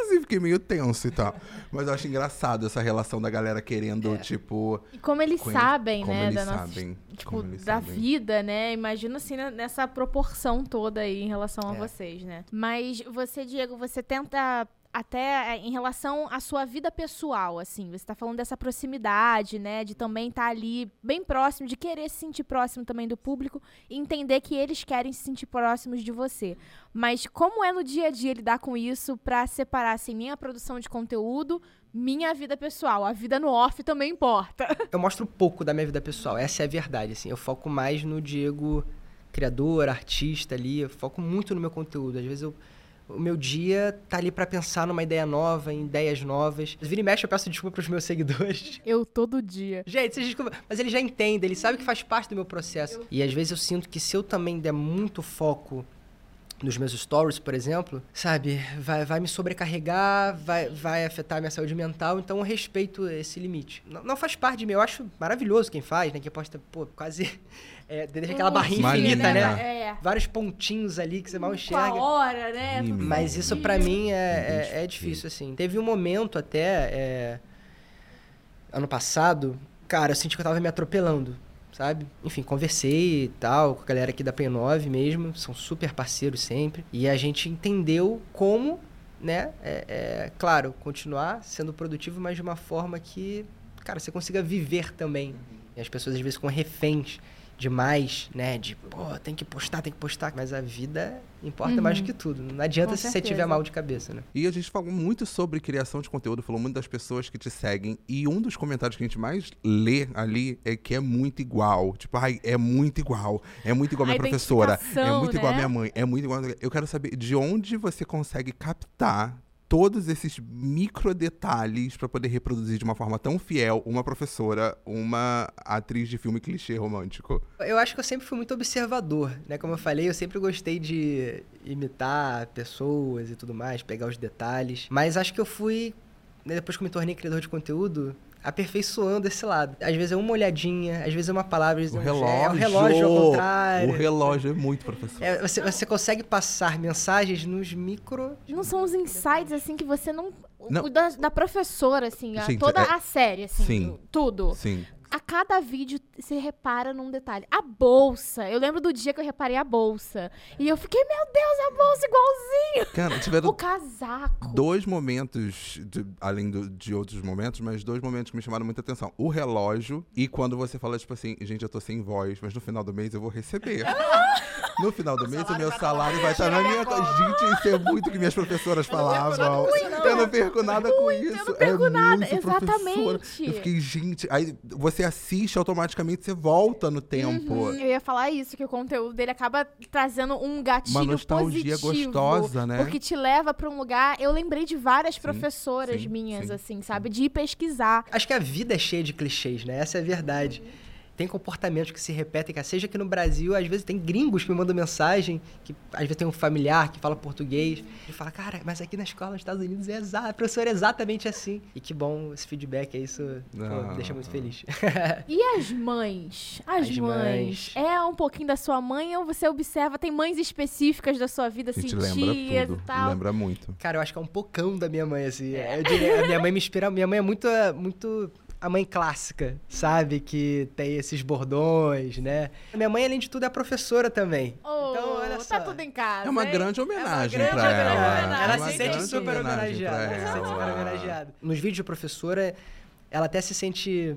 Speaker 2: Assim, fiquei meio tenso e tal. Mas eu acho engraçado essa relação da galera querendo, tipo.
Speaker 1: E como eles
Speaker 2: conhe-
Speaker 1: sabem,
Speaker 2: como
Speaker 1: É. né,
Speaker 2: eles
Speaker 1: da nossa
Speaker 2: sabem,
Speaker 1: tipo,
Speaker 2: como eles
Speaker 1: da
Speaker 2: sabem.
Speaker 1: vida, né? Imagino assim né, nessa proporção toda aí em relação a
Speaker 4: É.
Speaker 1: vocês, né? Mas você, Diego, você tenta até é, em relação à sua vida pessoal, assim, você tá falando dessa proximidade, né, de também estar ali bem próximo, de querer se sentir próximo também do público e entender que eles querem se sentir próximos de você. Mas como é no dia a dia lidar com isso pra separar assim minha produção de conteúdo, minha vida pessoal, a vida no off também importa.
Speaker 4: eu mostro pouco da minha vida pessoal, essa é a verdade, assim. Eu foco mais no Diego criador, artista ali, eu foco muito no meu conteúdo. Às vezes eu- o meu dia tá ali pra pensar numa ideia nova, em ideias novas. Vira e mexe, eu peço desculpa pros meus seguidores.
Speaker 1: Eu todo dia.
Speaker 4: Gente, vocês desculpa, mas ele já entende, ele sabe que faz parte do meu processo. E às vezes eu sinto que se eu também der muito foco nos meus stories, por exemplo, sabe, vai, vai me sobrecarregar, vai, vai afetar a minha saúde mental, então eu respeito esse limite. Não, não faz parte de mim, eu acho maravilhoso quem faz, né? Quem posta, pô, quase. É, deixa aquela barrinha
Speaker 2: Maria,
Speaker 4: infinita, né?
Speaker 2: né?
Speaker 1: É.
Speaker 4: Vários pontinhos ali que você mal
Speaker 1: com a
Speaker 4: enxerga.
Speaker 1: hora, né?
Speaker 2: Sim,
Speaker 1: Tudo
Speaker 4: Mas isso pra mim é- é, é,
Speaker 2: identifiquei.
Speaker 4: difícil, assim. Teve um momento até. é, ano passado, cara, eu senti que eu tava me atropelando, sabe? Enfim, conversei e tal com a galera aqui da Play 9 mesmo, são super parceiros sempre. E a gente entendeu como, né? é- é, claro, continuar sendo produtivo, mas de uma forma que, cara, você consiga viver também. E as pessoas às vezes ficam reféns demais, né? De, pô, tem que postar, tem que postar. Mas a vida importa mais do que tudo. Não adianta
Speaker 1: Uhum. Com
Speaker 4: se você
Speaker 1: certeza.
Speaker 4: tiver mal de cabeça, né?
Speaker 2: E a gente falou muito sobre criação de conteúdo, falou muito das pessoas que te seguem. E um dos comentários que a gente mais lê ali é que é muito igual. Tipo, ai, é muito igual. É muito igual a minha
Speaker 1: A
Speaker 2: professora. É
Speaker 1: identificação,
Speaker 2: muito igual a
Speaker 1: né?
Speaker 2: minha mãe. É muito igual. Eu quero saber de onde você consegue captar todos esses micro detalhes pra poder reproduzir de uma forma tão fiel uma professora, uma atriz de filme clichê romântico.
Speaker 4: Eu acho que eu sempre fui muito observador, né? Como eu falei, eu sempre gostei de imitar pessoas e tudo mais, pegar os detalhes. Mas acho que eu fui, né, depois que eu me tornei criador de conteúdo, aperfeiçoando esse lado. Às vezes é uma olhadinha, às vezes é uma palavra, às
Speaker 2: O
Speaker 4: vezes é um
Speaker 2: relógio.
Speaker 4: gesto, é o relógio ao
Speaker 2: O
Speaker 4: contrário.
Speaker 2: relógio é muito, professor.
Speaker 4: É, você, você consegue passar mensagens nos micro.
Speaker 1: Não são os insights, assim, que você não... o-
Speaker 2: Não.
Speaker 1: O da, da professora, assim, a-
Speaker 2: Gente,
Speaker 1: toda
Speaker 2: é-
Speaker 1: a série, assim,
Speaker 2: Sim.
Speaker 1: tudo.
Speaker 2: Sim.
Speaker 1: a cada vídeo você repara num detalhe. A bolsa. Eu lembro do dia que eu reparei a bolsa. E eu fiquei, meu Deus, a bolsa igualzinha.
Speaker 2: Cara,
Speaker 1: O
Speaker 2: tiveram
Speaker 1: casaco.
Speaker 2: dois momentos, de- além do- de outros momentos, mas dois momentos que me chamaram muita atenção. O relógio e quando você fala, tipo assim, gente, eu tô sem voz, mas no final do mês eu vou receber. No final do mês, o meu salário vai um estar na minha conta. Gente, isso é muito que minhas professoras falavam. Eu não perco nada com isso. Eu não perco nada,
Speaker 1: exatamente.
Speaker 2: Eu fiquei, gente. Aí você assiste automaticamente, você volta no tempo.
Speaker 1: Eu ia falar isso, que o conteúdo dele acaba trazendo um gatilho
Speaker 2: Uma nostalgia
Speaker 1: positivo.
Speaker 2: gostosa, né?
Speaker 1: Porque te leva pra um lugar. Eu lembrei de várias professoras
Speaker 2: sim,
Speaker 1: minhas,
Speaker 2: sim,
Speaker 1: assim, sabe? De ir pesquisar.
Speaker 4: Acho que a vida é cheia de clichês, né? Essa é a verdade. Tem comportamentos que se repetem, cara. Seja aqui no Brasil, às vezes tem gringos que me mandam mensagem, que às vezes tem um familiar que fala português, e fala, cara, mas aqui na escola nos Estados Unidos é exato, a professora é exatamente assim. E que bom esse feedback, é isso pô,
Speaker 2: Ah.
Speaker 4: me deixa muito feliz.
Speaker 1: E as mães? As,
Speaker 4: As
Speaker 1: mães.
Speaker 4: mães.
Speaker 1: É um pouquinho da sua mãe ou você observa? Tem mães específicas da sua vida,
Speaker 2: A
Speaker 1: assim,
Speaker 2: gente lembra
Speaker 1: tias
Speaker 2: tudo.
Speaker 1: e tal.
Speaker 2: Lembra muito.
Speaker 4: Cara, eu acho que é um pocão da minha mãe, assim. Eu diria- a minha mãe me inspira. Minha mãe é muito, eh, muito a mãe clássica, sabe? Que tem esses bordões, né? Minha mãe, além de tudo, é professora também.
Speaker 1: Oh,
Speaker 4: Então, olha
Speaker 1: tá
Speaker 4: só.
Speaker 1: tudo em casa.
Speaker 2: É uma
Speaker 1: hein?
Speaker 2: grande homenagem
Speaker 1: grande
Speaker 2: pra ela.
Speaker 1: homenagem.
Speaker 4: Ela
Speaker 2: É uma
Speaker 4: se sente
Speaker 2: grande
Speaker 4: super
Speaker 2: homenagem pra
Speaker 4: homenageada. Ela se sente super
Speaker 2: ela. é
Speaker 4: homenageada. Nos vídeos de professora, ela até se sente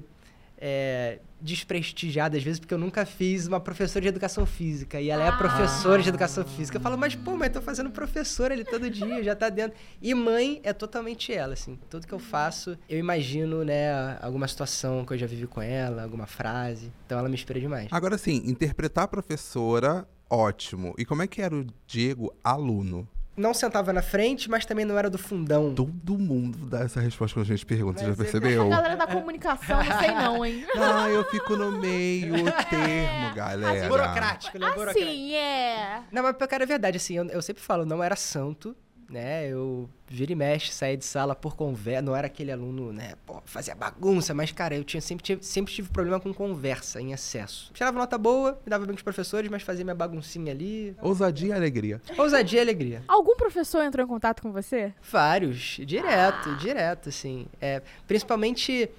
Speaker 4: é, desprestigiada, às vezes, porque eu nunca fiz uma professora de educação física. E
Speaker 2: Ah.
Speaker 4: ela é professora de educação física. Eu falo, mas pô, mas tô fazendo professora ali todo dia, já tá dentro. E mãe é totalmente ela, assim. Tudo que eu faço, eu imagino, né, alguma situação que eu já vivi com ela, alguma frase. Então ela me inspira demais.
Speaker 2: Agora sim, interpretar a professora, ótimo. E como é que era o Diego aluno?
Speaker 4: Não sentava na frente, mas também não era do fundão.
Speaker 2: Todo mundo dá essa resposta quando a gente pergunta, você já
Speaker 4: Mas é-
Speaker 1: A
Speaker 2: percebeu?
Speaker 1: galera da comunicação, não sei não, hein?
Speaker 2: Ah, eu fico no meio termo, galera.
Speaker 4: É. Burocrático, né? Burocrático.
Speaker 1: Assim, é.
Speaker 4: Não, mas cara, é verdade, assim, eu, eu sempre falo, não era santo, né? Eu vira e mexe, saía de sala por conversa, não era aquele aluno, né? Pô, fazia bagunça, mas, cara, eu tinha, sempre, tive, sempre tive problema com conversa em excesso. Tirava nota boa, me dava bem com os professores, mas fazia minha baguncinha ali.
Speaker 2: Ousadia e alegria.
Speaker 4: Ousadia e alegria.
Speaker 1: Algum professor entrou em contato com você?
Speaker 4: Vários, direto, direto, assim. É, principalmente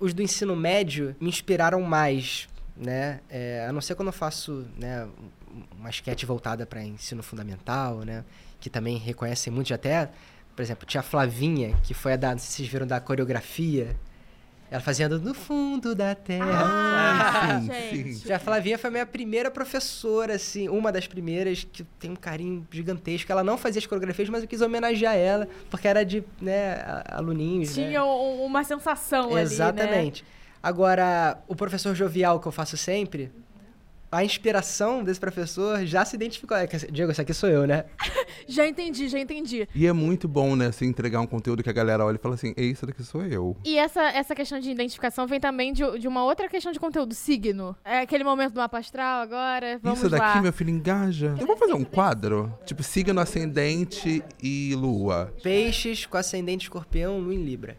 Speaker 4: os do ensino médio me inspiraram mais, né? É, a não ser quando eu faço né, um- uma esquete voltada para ensino fundamental, né? Que também reconhecem muito, já até, por exemplo, tinha a Flavinha, que foi a da, não sei se vocês viram, da coreografia. Ela fazia do- no fundo da terra.
Speaker 2: Ah, É. sim,
Speaker 1: gente.
Speaker 2: sim.
Speaker 4: Já a Flavinha foi a minha primeira professora, assim, uma das primeiras, que tem um carinho gigantesco. Ela não fazia as coreografias, mas eu quis homenagear ela, porque era de, né, a- aluninhos, né?
Speaker 1: Tinha um- uma sensação ali, né?
Speaker 4: Exatamente. Agora, o professor jovial que eu faço sempre, a inspiração desse professor já se identificou. É, quer dizer, Diego, esse aqui sou eu, né?
Speaker 1: Já entendi, já entendi.
Speaker 2: E é muito bom, né, se entregar um conteúdo que a galera olha e fala assim, é isso daqui sou eu.
Speaker 1: E essa, essa questão de identificação vem também de, de uma outra questão de conteúdo, signo. É aquele momento do mapa astral agora, vamos
Speaker 2: isso daqui,
Speaker 1: lá.
Speaker 2: meu filho, engaja. Eu vou fazer um quadro, tipo, signo ascendente e lua.
Speaker 4: Peixes com ascendente escorpião, lua em libra.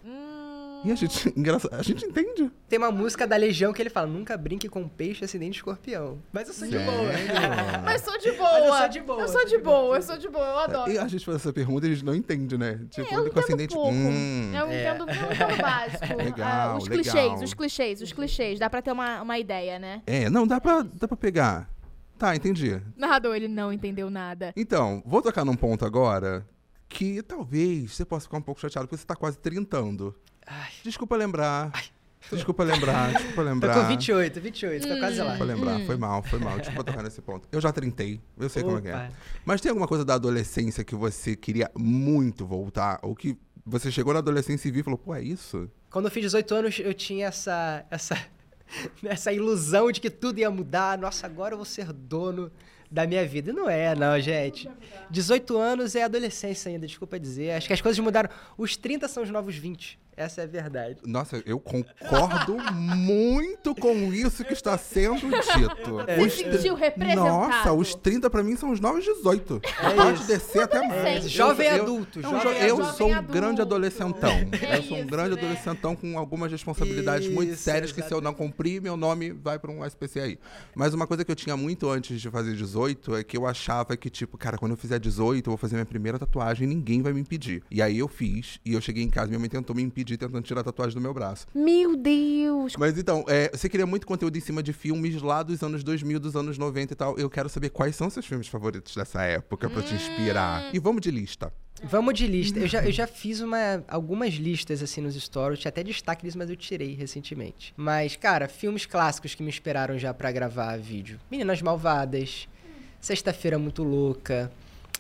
Speaker 2: E a gente, engraçado, a gente entende.
Speaker 4: Tem uma música da Legião que ele fala, nunca brinque com peixe ascendente escorpião. Mas eu sou de boa.
Speaker 2: Sério?
Speaker 1: Mas eu sou de boa.
Speaker 4: Mas eu sou de boa.
Speaker 1: Eu sou de boa, eu sou de boa, eu adoro. É,
Speaker 2: E a gente faz essa pergunta e a gente não entende, né? Tipo,
Speaker 1: Eu
Speaker 2: com
Speaker 1: entendo
Speaker 2: ascendente.
Speaker 1: pouco. É
Speaker 2: hum.
Speaker 1: eu entendo eu entendo o básico.
Speaker 2: Legal,
Speaker 1: Ah, os
Speaker 2: legal.
Speaker 1: clichês, os clichês, os clichês. Dá pra ter uma, uma ideia, né?
Speaker 2: É, não, dá pra, dá pra pegar. Tá, entendi.
Speaker 1: Narrador, ele não entendeu nada.
Speaker 2: Então, vou tocar num ponto agora que talvez você possa ficar um pouco chateado, porque você tá quase trintando.
Speaker 4: Ai.
Speaker 2: Desculpa lembrar. Desculpa lembrar, desculpa
Speaker 4: Tô
Speaker 2: lembrar.
Speaker 4: com 28, 28, tô quase lá.
Speaker 2: Desculpa lembrar,
Speaker 1: Hum.
Speaker 2: foi mal, foi mal. Desculpa tocar nesse ponto. Eu já trintei, eu sei como é que é.
Speaker 4: Opa.
Speaker 2: Mas tem alguma coisa da adolescência que você queria muito voltar? Ou que você chegou na adolescência e viu e falou, pô, é isso?
Speaker 4: Quando eu fiz 18 anos, eu tinha essa, essa, essa ilusão de que tudo ia mudar. Nossa, agora eu vou ser dono da minha vida. E Não é, não, gente. 18 anos é adolescência ainda, desculpa dizer. Acho que as coisas mudaram. Os 30 são os novos 20. Essa é a verdade.
Speaker 2: Nossa, eu concordo muito com isso que está sendo dito.
Speaker 1: Você sentiu representado.
Speaker 2: Nossa, os 30 pra mim são os novos 18. Pode descer até mais.
Speaker 4: É, Jovem
Speaker 2: eu,
Speaker 4: adulto,
Speaker 2: Eu, eu,
Speaker 4: jovem
Speaker 2: eu
Speaker 1: adulto.
Speaker 2: sou um
Speaker 1: é Jovem adulto.
Speaker 2: grande adolescentão.
Speaker 1: É
Speaker 2: eu sou um
Speaker 1: isso,
Speaker 2: grande
Speaker 1: né?
Speaker 2: adolescentão com algumas responsabilidades muito
Speaker 4: Isso,
Speaker 2: sérias que se eu não cumprir, meu nome vai pra um SPC aí. Mas uma coisa que eu tinha muito antes de fazer 18 é que eu achava que, tipo, cara, quando eu fizer 18, eu vou fazer minha primeira tatuagem e ninguém vai me impedir. E aí eu fiz, e eu cheguei em casa, minha mãe tentou me impedir dia tentando tirar a tatuagem do meu braço.
Speaker 1: Meu Deus.
Speaker 2: Mas então, é, você queria muito conteúdo em cima de filmes lá dos anos 2000, dos anos 90 e tal. Eu quero saber quais são seus filmes favoritos dessa época pra te
Speaker 1: Hum.
Speaker 2: inspirar. E vamos de lista.
Speaker 4: Vamos de lista. Eu já, eu já fiz uma, algumas listas assim nos stories, tinha até destaque disso, mas eu tirei recentemente. Mas, cara, filmes clássicos que me esperaram já pra gravar vídeo. Meninas Malvadas, Sexta-feira Muito Louca,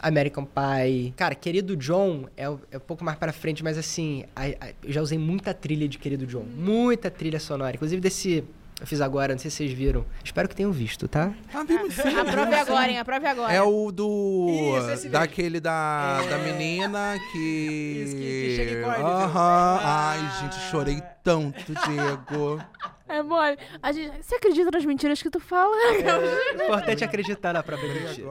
Speaker 4: American Pie. Cara, Querido John é, um- é um pouco mais pra frente, mas assim, a- a- eu já usei muita trilha de Querido John. Muita trilha sonora. Inclusive desse. Eu fiz agora, não sei se vocês viram. Espero que tenham visto, tá?
Speaker 2: Ah, vimos sim.
Speaker 1: Aprove agora, hein? Aprove agora.
Speaker 2: É o do.
Speaker 4: Isso, esse mesmo. É.
Speaker 2: daquele da, da menina que.
Speaker 4: Isso, que- que chega e Ah. corre,
Speaker 2: Aham. Ai, gente, chorei tanto, Diego.
Speaker 1: É mole. A gente, você acredita nas mentiras que tu fala?
Speaker 4: O importante é acreditar na própria mentira.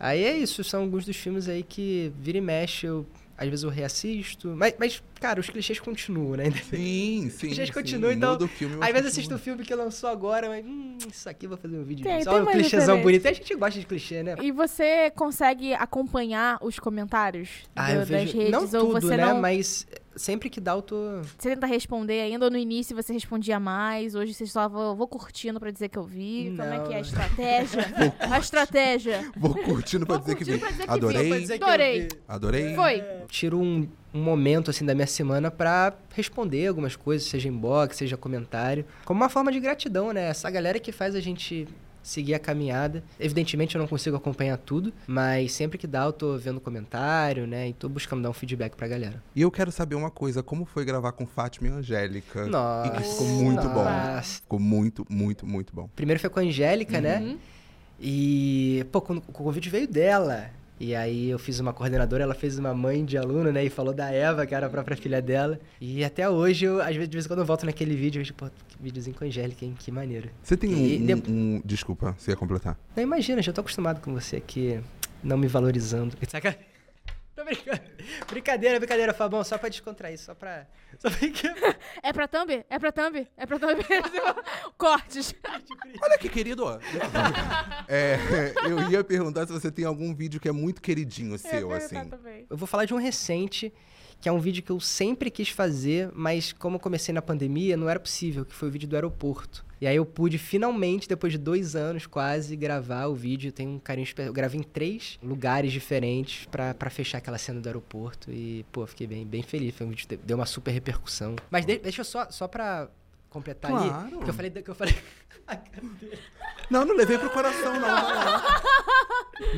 Speaker 4: Aí é isso, são alguns dos filmes aí que vira e mexe, eu, às vezes eu reassisto. Mas, mas, cara, os clichês continuam, né?
Speaker 2: Sim, sim.
Speaker 4: Gente,
Speaker 2: sim.
Speaker 4: continua, então.
Speaker 2: Muda o filme, mas
Speaker 4: Às vezes assisto
Speaker 2: continua.
Speaker 4: o filme que lançou agora, mas hum, isso aqui eu vou fazer um vídeo
Speaker 1: Tem-
Speaker 4: disso.
Speaker 1: tem
Speaker 4: Olha o
Speaker 1: mais
Speaker 4: clichêzão
Speaker 1: referência.
Speaker 4: bonito. A gente gosta de clichê, né?
Speaker 1: E você consegue acompanhar os comentários
Speaker 4: Ah,
Speaker 1: do-
Speaker 4: eu
Speaker 1: das
Speaker 4: vejo.
Speaker 1: redes?
Speaker 4: Não
Speaker 1: ou
Speaker 4: tudo,
Speaker 1: você
Speaker 4: né?
Speaker 1: não.
Speaker 4: Mas sempre que dá, eu tô.
Speaker 1: Você tenta responder ainda, ou no início você respondia mais, hoje você só vou, vou curtindo pra dizer que eu vi. Como é
Speaker 4: Não.
Speaker 1: que é a estratégia? a estratégia.
Speaker 2: Vou curtindo pra dizer que
Speaker 1: curtindo
Speaker 2: vi.
Speaker 1: pra dizer que vi, pra
Speaker 2: Adorei,
Speaker 1: dizer- Adorei.
Speaker 2: adorei.
Speaker 1: Foi.
Speaker 4: tiro um, um momento assim da minha semana pra responder algumas coisas, seja inbox, seja comentário, como uma forma de gratidão, né? Essa galera que faz a gente seguir a caminhada. Evidentemente eu não consigo acompanhar tudo, mas sempre que dá eu tô vendo comentário, né? E tô buscando dar um feedback pra galera.
Speaker 2: E eu quero saber uma coisa: como foi gravar com Fátima e Angélica?
Speaker 4: Nossa.
Speaker 2: É. E que ficou muito bom.
Speaker 4: Nossa.
Speaker 2: Ficou muito, muito, muito bom.
Speaker 4: Primeiro foi com a Angélica, né? E, pô, quando o convite veio dela. E aí eu fiz uma coordenadora, ela fez uma mãe de aluno, né? E falou da Eva, que era a própria filha dela. E até hoje, eu, às vezes, de vez em quando eu volto naquele vídeo, eu vejo, pô, que videozinho com a Angélica, hein? Que maneiro.
Speaker 2: Você tem
Speaker 4: E
Speaker 2: um, um-
Speaker 4: depo-
Speaker 2: um- Desculpa, você ia completar.
Speaker 4: Não, imagina, já tô acostumado com você aqui, não me valorizando. Saca? Tô brincando. Brincadeira, brincadeira, Fabão, só pra descontrair, só pra... Só pra...
Speaker 1: É pra thumb? É pra thumb? É pra thumb? Cortes.
Speaker 2: Olha que querido! é, eu ia perguntar se você tem algum vídeo que é muito queridinho seu, assim.
Speaker 4: Eu vou falar de um recente, que é um vídeo que eu sempre quis fazer, mas como eu comecei na pandemia, não era possível, que foi o vídeo do aeroporto. E aí eu pude finalmente, depois de dois anos quase, gravar o vídeo. Tem um carinho especial. Eu gravei em três lugares diferentes pra pra fechar aquela cena do aeroporto. E, pô, fiquei bem, bem feliz. Foi um vídeo que deu uma super repercussão. Mas de- deixa eu só, só pra completar
Speaker 2: Claro.
Speaker 4: ali. Que eu falei. Que eu falei... A cara dele.
Speaker 2: Não, não levei pro coração, não.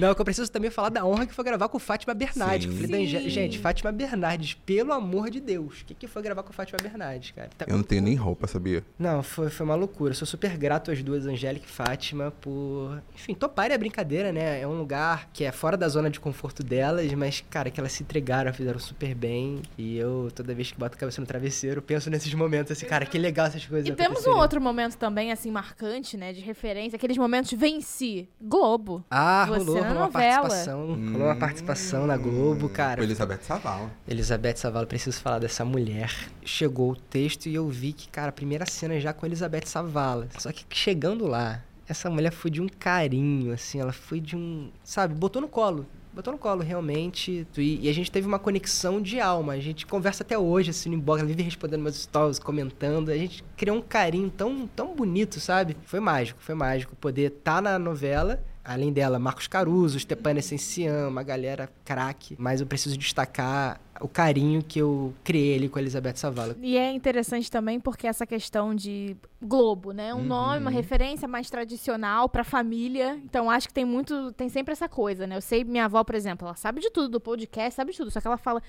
Speaker 4: Não, é que eu preciso também falar da honra que foi gravar com Fátima Bernardes. que eu falei da Angé- Gente, Fátima Bernardes, pelo amor de Deus. O que, que foi gravar com Fátima Bernardes, cara? Tá-
Speaker 2: Eu não tenho nem roupa, sabia?
Speaker 4: Não, foi, foi uma loucura. Eu sou super grato às duas, Angélica e Fátima, por. Enfim, toparem a brincadeira, né? É um lugar que é fora da zona de conforto delas, mas, cara, que elas se entregaram, fizeram super bem. E eu, toda vez que boto a cabeça no travesseiro, penso nesses momentos, assim, cara, que legal essas coisas.
Speaker 2: é
Speaker 1: E temos um
Speaker 4: acontecerem.
Speaker 1: outro momento também, assim, marcante, né? De referência. Aqueles momentos venci. Globo.
Speaker 4: Ah,
Speaker 1: Você
Speaker 4: rolou,
Speaker 1: na
Speaker 4: rolou uma
Speaker 1: novela.
Speaker 4: participação. Rolou uma participação na Globo, cara.
Speaker 2: Com Hum. Elizabeth Saval.
Speaker 4: Elizabeth Savala, preciso falar dessa mulher. Chegou o texto e eu vi que, cara, a primeira cena é já com Elizabeth Savala. Só que chegando lá, essa mulher foi de um carinho, assim, ela foi de um. Sabe, botou no colo. Botou no colo, realmente. E, e a gente teve uma conexão de alma. A gente conversa até hoje, assim, no inbox. Ela vive respondendo meus stories, comentando. A gente criou um carinho tão, tão bonito, sabe? Foi mágico, foi mágico. Poder estar na novela Além dela, Marcos Caruso, Stepane Essencian, uma galera craque. Mas eu preciso destacar o carinho que eu criei ali com a Elizabeth Savala.
Speaker 1: E é interessante também porque essa questão de Globo, né? Um nome, uma referência mais tradicional pra família. Então acho que tem muito, tem sempre essa coisa, né? Eu sei minha avó, por exemplo, ela sabe de tudo do podcast, sabe de tudo, só que ela fala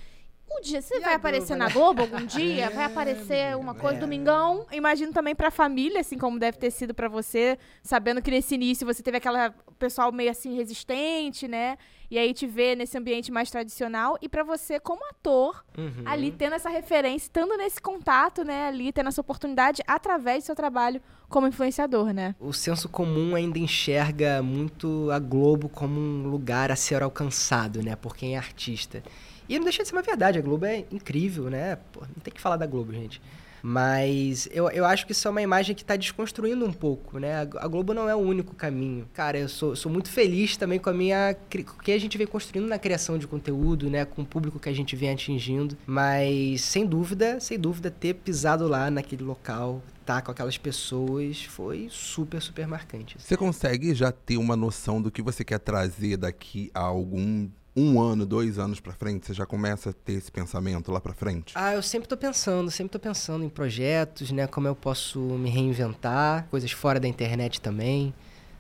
Speaker 1: um dia, você
Speaker 4: E
Speaker 1: vai
Speaker 4: a
Speaker 1: aparecer
Speaker 4: Globo,
Speaker 1: na
Speaker 4: né? É,
Speaker 1: Globo algum dia? Vai aparecer uma coisa, domingão? Imagino também pra família, assim como deve ter sido pra você, sabendo que nesse início você teve aquela o pessoal meio assim resistente, né? E aí te vê nesse ambiente mais tradicional. E pra você, como ator, ali tendo essa referência, estando nesse contato, né, ali, tendo essa oportunidade através do seu trabalho como influenciador, né?
Speaker 4: O senso comum ainda enxerga muito a Globo como um lugar a ser alcançado, né? Por quem é artista. E não deixa de ser uma verdade, a Globo é incrível, né? Pô, não tem que falar da Globo, gente. Mas eu, eu acho que isso é uma imagem que está desconstruindo um pouco, né? A Glo- A Globo não é o único caminho. Cara, eu sou, sou muito feliz também com a minha. cri- com o que a gente vem construindo na criação de conteúdo, né? Com o público que a gente vem atingindo. Mas, sem dúvida, sem dúvida, ter pisado lá naquele local, tá com aquelas pessoas, foi super, super marcante. assim.
Speaker 2: Você consegue já ter uma noção do que você quer trazer daqui a algum um ano, dois anos pra frente? Você já começa a ter esse pensamento lá pra frente?
Speaker 4: Ah, eu sempre tô pensando, sempre tô pensando em projetos, né? Como eu posso me reinventar, coisas fora da internet também,